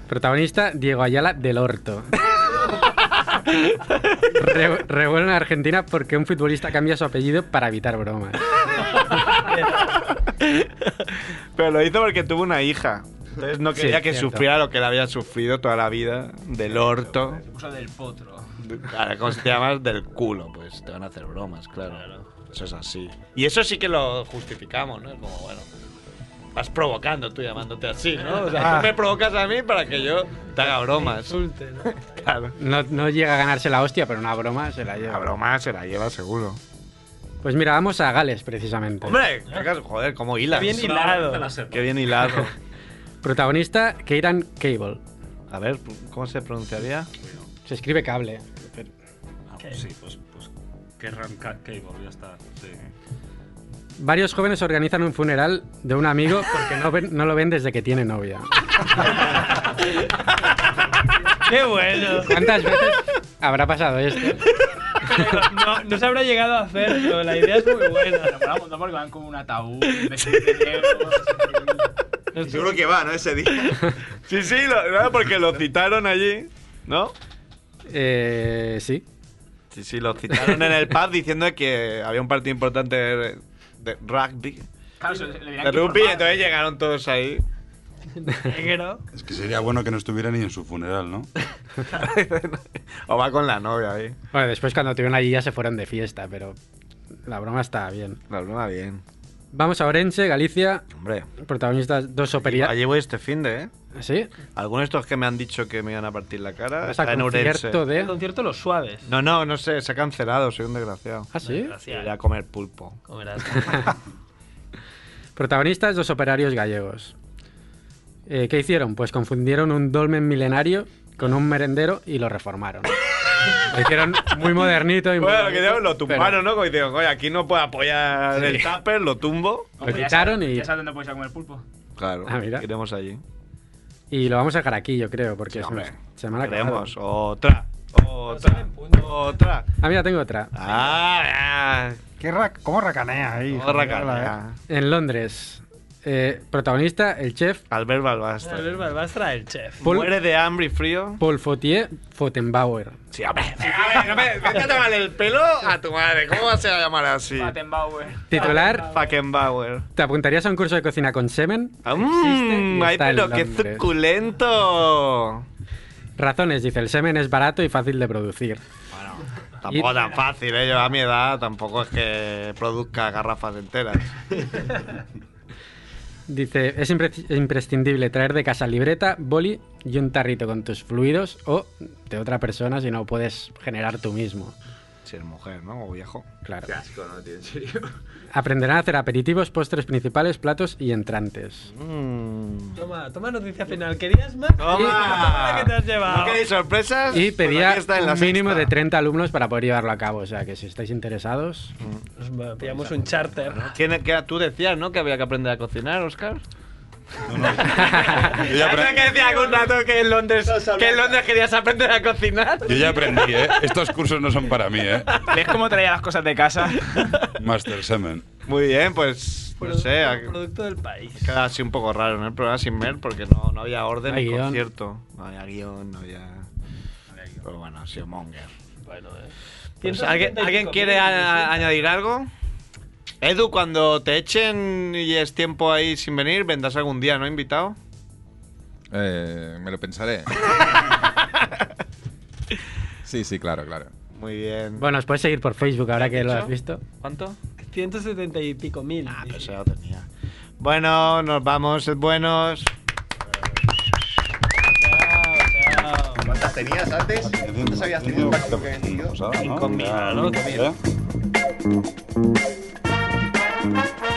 J: Protagonista, Diego Ayala del Orto. Re- revuelven a Argentina porque un futbolista cambia su apellido para evitar bromas.
B: Pero lo hizo porque tuvo una hija. Entonces no
J: Sí,
B: quería que
J: cierto.
B: sufriera lo que le había sufrido toda la vida. Del orto.
M: Usa del potro.
B: Claro, ¿cómo se te llamas? Del culo, pues te van a hacer bromas, claro. Eso es así. Y eso sí que lo justificamos, ¿no? Es como, bueno, vas provocando tú llamándote así, ¿no? O sea,
J: Ah.
B: tú me provocas a mí para que yo te haga bromas. Claro.
J: No, no llega a ganarse la hostia, pero una broma se la lleva.
B: La broma se la lleva seguro.
J: Pues mira, vamos a Gales, precisamente.
B: Hombre, cagas, joder, cómo hilas.
J: Qué bien hilado.
B: Qué bien hilado.
J: Protagonista, Keiran Cable.
B: A ver, ¿cómo se pronunciaría?
J: Se escribe cable. pero-
G: Ah, pues sí, pues, pues Kerran Ca- Cable, ya está. Sí.
J: Varios jóvenes organizan un funeral de un amigo porque no, ven- no lo ven desde que tiene novia.
A: ¡Qué bueno!
J: ¿Cuántas veces habrá pasado esto?
A: No, no se habrá llegado a hacer, pero la idea es muy buena.
M: No, porque van como un ataúd. Seguro
U: que va, ¿no? Ese día.
B: Sí, sí, lo- no, porque lo citaron allí, ¿no?
J: Eh, sí.
B: Sí, sí, lo citaron en el pub diciendo que había un partido importante de, de rugby.
M: Claro, se- le dirán
B: De
M: que
B: rugby,
M: informar.
B: entonces llegaron todos ahí.
O: Es que sería bueno que no estuviera ni en su funeral, ¿no?
B: o va con la novia ahí.
J: Bueno, después cuando estuvieron allí ya se fueron de fiesta, pero la broma está bien.
B: La broma bien.
J: Vamos a Orense, Galicia.
B: Hombre.
J: Protagonistas dos operías.
B: Allí voy este fin de, ¿eh?
J: ¿Sí?
B: Algunos de estos que me han dicho que me iban a partir la cara.
J: Vas a
B: Está en Ourense.
J: concierto de...
A: Concierto Los Suaves.
B: No, no, no sé, se ha cancelado, soy un desgraciado.
J: ¿Ah, sí?
A: Desgraciado.
B: Iré a comer pulpo.
A: Comerás.
J: Protagonistas dos operarios gallegos. Eh, ¿Qué hicieron? Pues confundieron un dolmen milenario con un merendero y lo reformaron. Lo hicieron muy modernito y muy
B: Bueno, lo que
J: bonito,
B: digo, lo tumbaron, ¿no? Como dicen, oye, aquí no puedo apoyar
J: Sí.
B: el tupper, lo tumbo.
J: Lo quitaron y,
M: Ya sabes dónde puedes ir a comer pulpo.
B: Claro,
J: Ah, mira.
B: iremos allí.
J: y lo vamos a dejar aquí, yo creo, porque se,
B: hombre.
J: nos- se me han acabado.
B: Queremos otra, otra, otra.
J: Ah, mira, tengo otra.
B: Ah,
F: ¿Qué ra- ¿Cómo racanea ahí?
B: Cómo racanea.
J: En Londres, eh, protagonista, el chef
B: Albert Balbastra.
A: Albert Balbastra, el chef.
J: Paul-
B: Muere de hambre y frío.
J: Paul Fautier Fotenbauer.
B: Sí, a ver, a ver, no me- vete a tomar el pelo a tu madre. ¿Cómo vas a llamar así?
J: Titular,
B: Fackenbauer.
J: ¿te apuntarías a un curso de cocina con semen?
B: Mmm,
J: y
B: ay,
J: está en
B: pero qué
J: Londres.
B: suculento.
J: Razones, dice, el semen es barato y fácil de producir.
B: Tampoco tan fácil, ¿eh? Yo a mi edad tampoco es que produzca garrafas enteras.
J: Dice, es impres- imprescindible traer de casa libreta, boli y un tarrito con tus fluidos o de otra persona si no puedes generar tú mismo.
V: Si eres mujer, ¿no? O viejo.
J: Claro.
V: Qué asco, ¿no, tío? En serio.
J: Aprenderán a hacer aperitivos, postres principales, platos y entrantes.
B: Mm.
A: Toma, toma noticia final. ¿Querías más?
B: Toma.
A: ¿Qué te has llevado?
B: ¿No queréis sorpresas?
J: Y
B: Pues
J: pedía
B: aquí está en la
J: un mínimo
B: sexta.
J: de 30 alumnos para poder llevarlo a cabo. O sea que si estáis interesados,
B: Mm.
A: Nos va- pillamos un charter.
B: ¿Quién- que tú decías, ¿no? Que había que aprender a cocinar, Oscar.
O: Yo ya,
B: que decía algún rato que en Londres, que en Londres querías aprender a cocinar?
O: apre- yo ya aprendí, ¿eh? Estos cursos no son para mí, ¿eh?
T: ¿Ves cómo traía las cosas de casa?
O: Master Semen.
B: Muy bien, pues no sé, ha
A: Producto del país.
B: quedado así un poco raro en el programa sin Mer porque no, no había orden
V: No hay
B: ni
V: guión.
B: concierto. No había guión, no había... Pero bueno, ha sido monger.
A: Bueno, eh.
B: Pues, ¿alguien,
A: 175,
B: alguien quiere a- a- añadir algo? Edu, cuando te echen y es tiempo ahí sin venir, vendrás algún día, ¿no, invitado?
H: Eh, me lo pensaré. sí, sí, claro, claro.
B: Muy bien.
J: bueno, os puedes seguir por Facebook ahora que lo has visto.
B: ¿Cuánto?
A: 170 y pico mil. Ah,
B: pero eso ya lo tenía. Bueno, nos vamos, sed buenos.
U: ¿Cuántas tenías antes? ¿Cuántas habías tenido el pacto que tenido? Cinco mil.
O: Claro,
U: Cinco mil.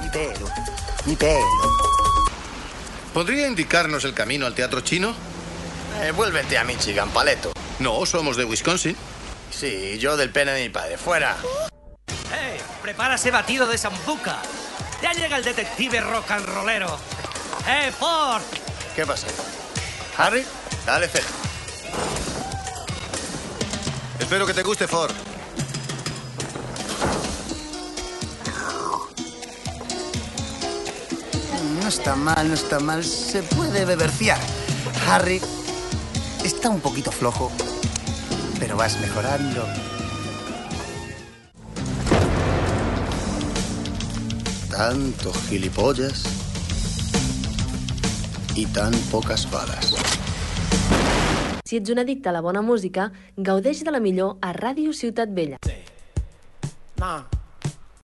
W: Mi pelo, mi pelo. ¿Podría indicarnos el camino al teatro chino? Eh, vuélvete a Michigan, paleto. No, somos de Wisconsin. Sí, yo del pene de mi padre. Fuera.
X: ¡Hey! Prepara ese batido de sambuca. Ya llega el detective rock and rollero. ¡Eh, Ford!
W: ¿Qué pasa? Harry, dale cero. Espero que te guste, Ford. No está mal, no está mal. Se puede beberciar. Harry, está un poquito flojo, pero vas mejorando. Tantos gilipollas y tan pocas balas.
Y: Si ets un addicte a la bona música, gaudeix de la millor a Ràdio Ciutat Vella.
Z: No,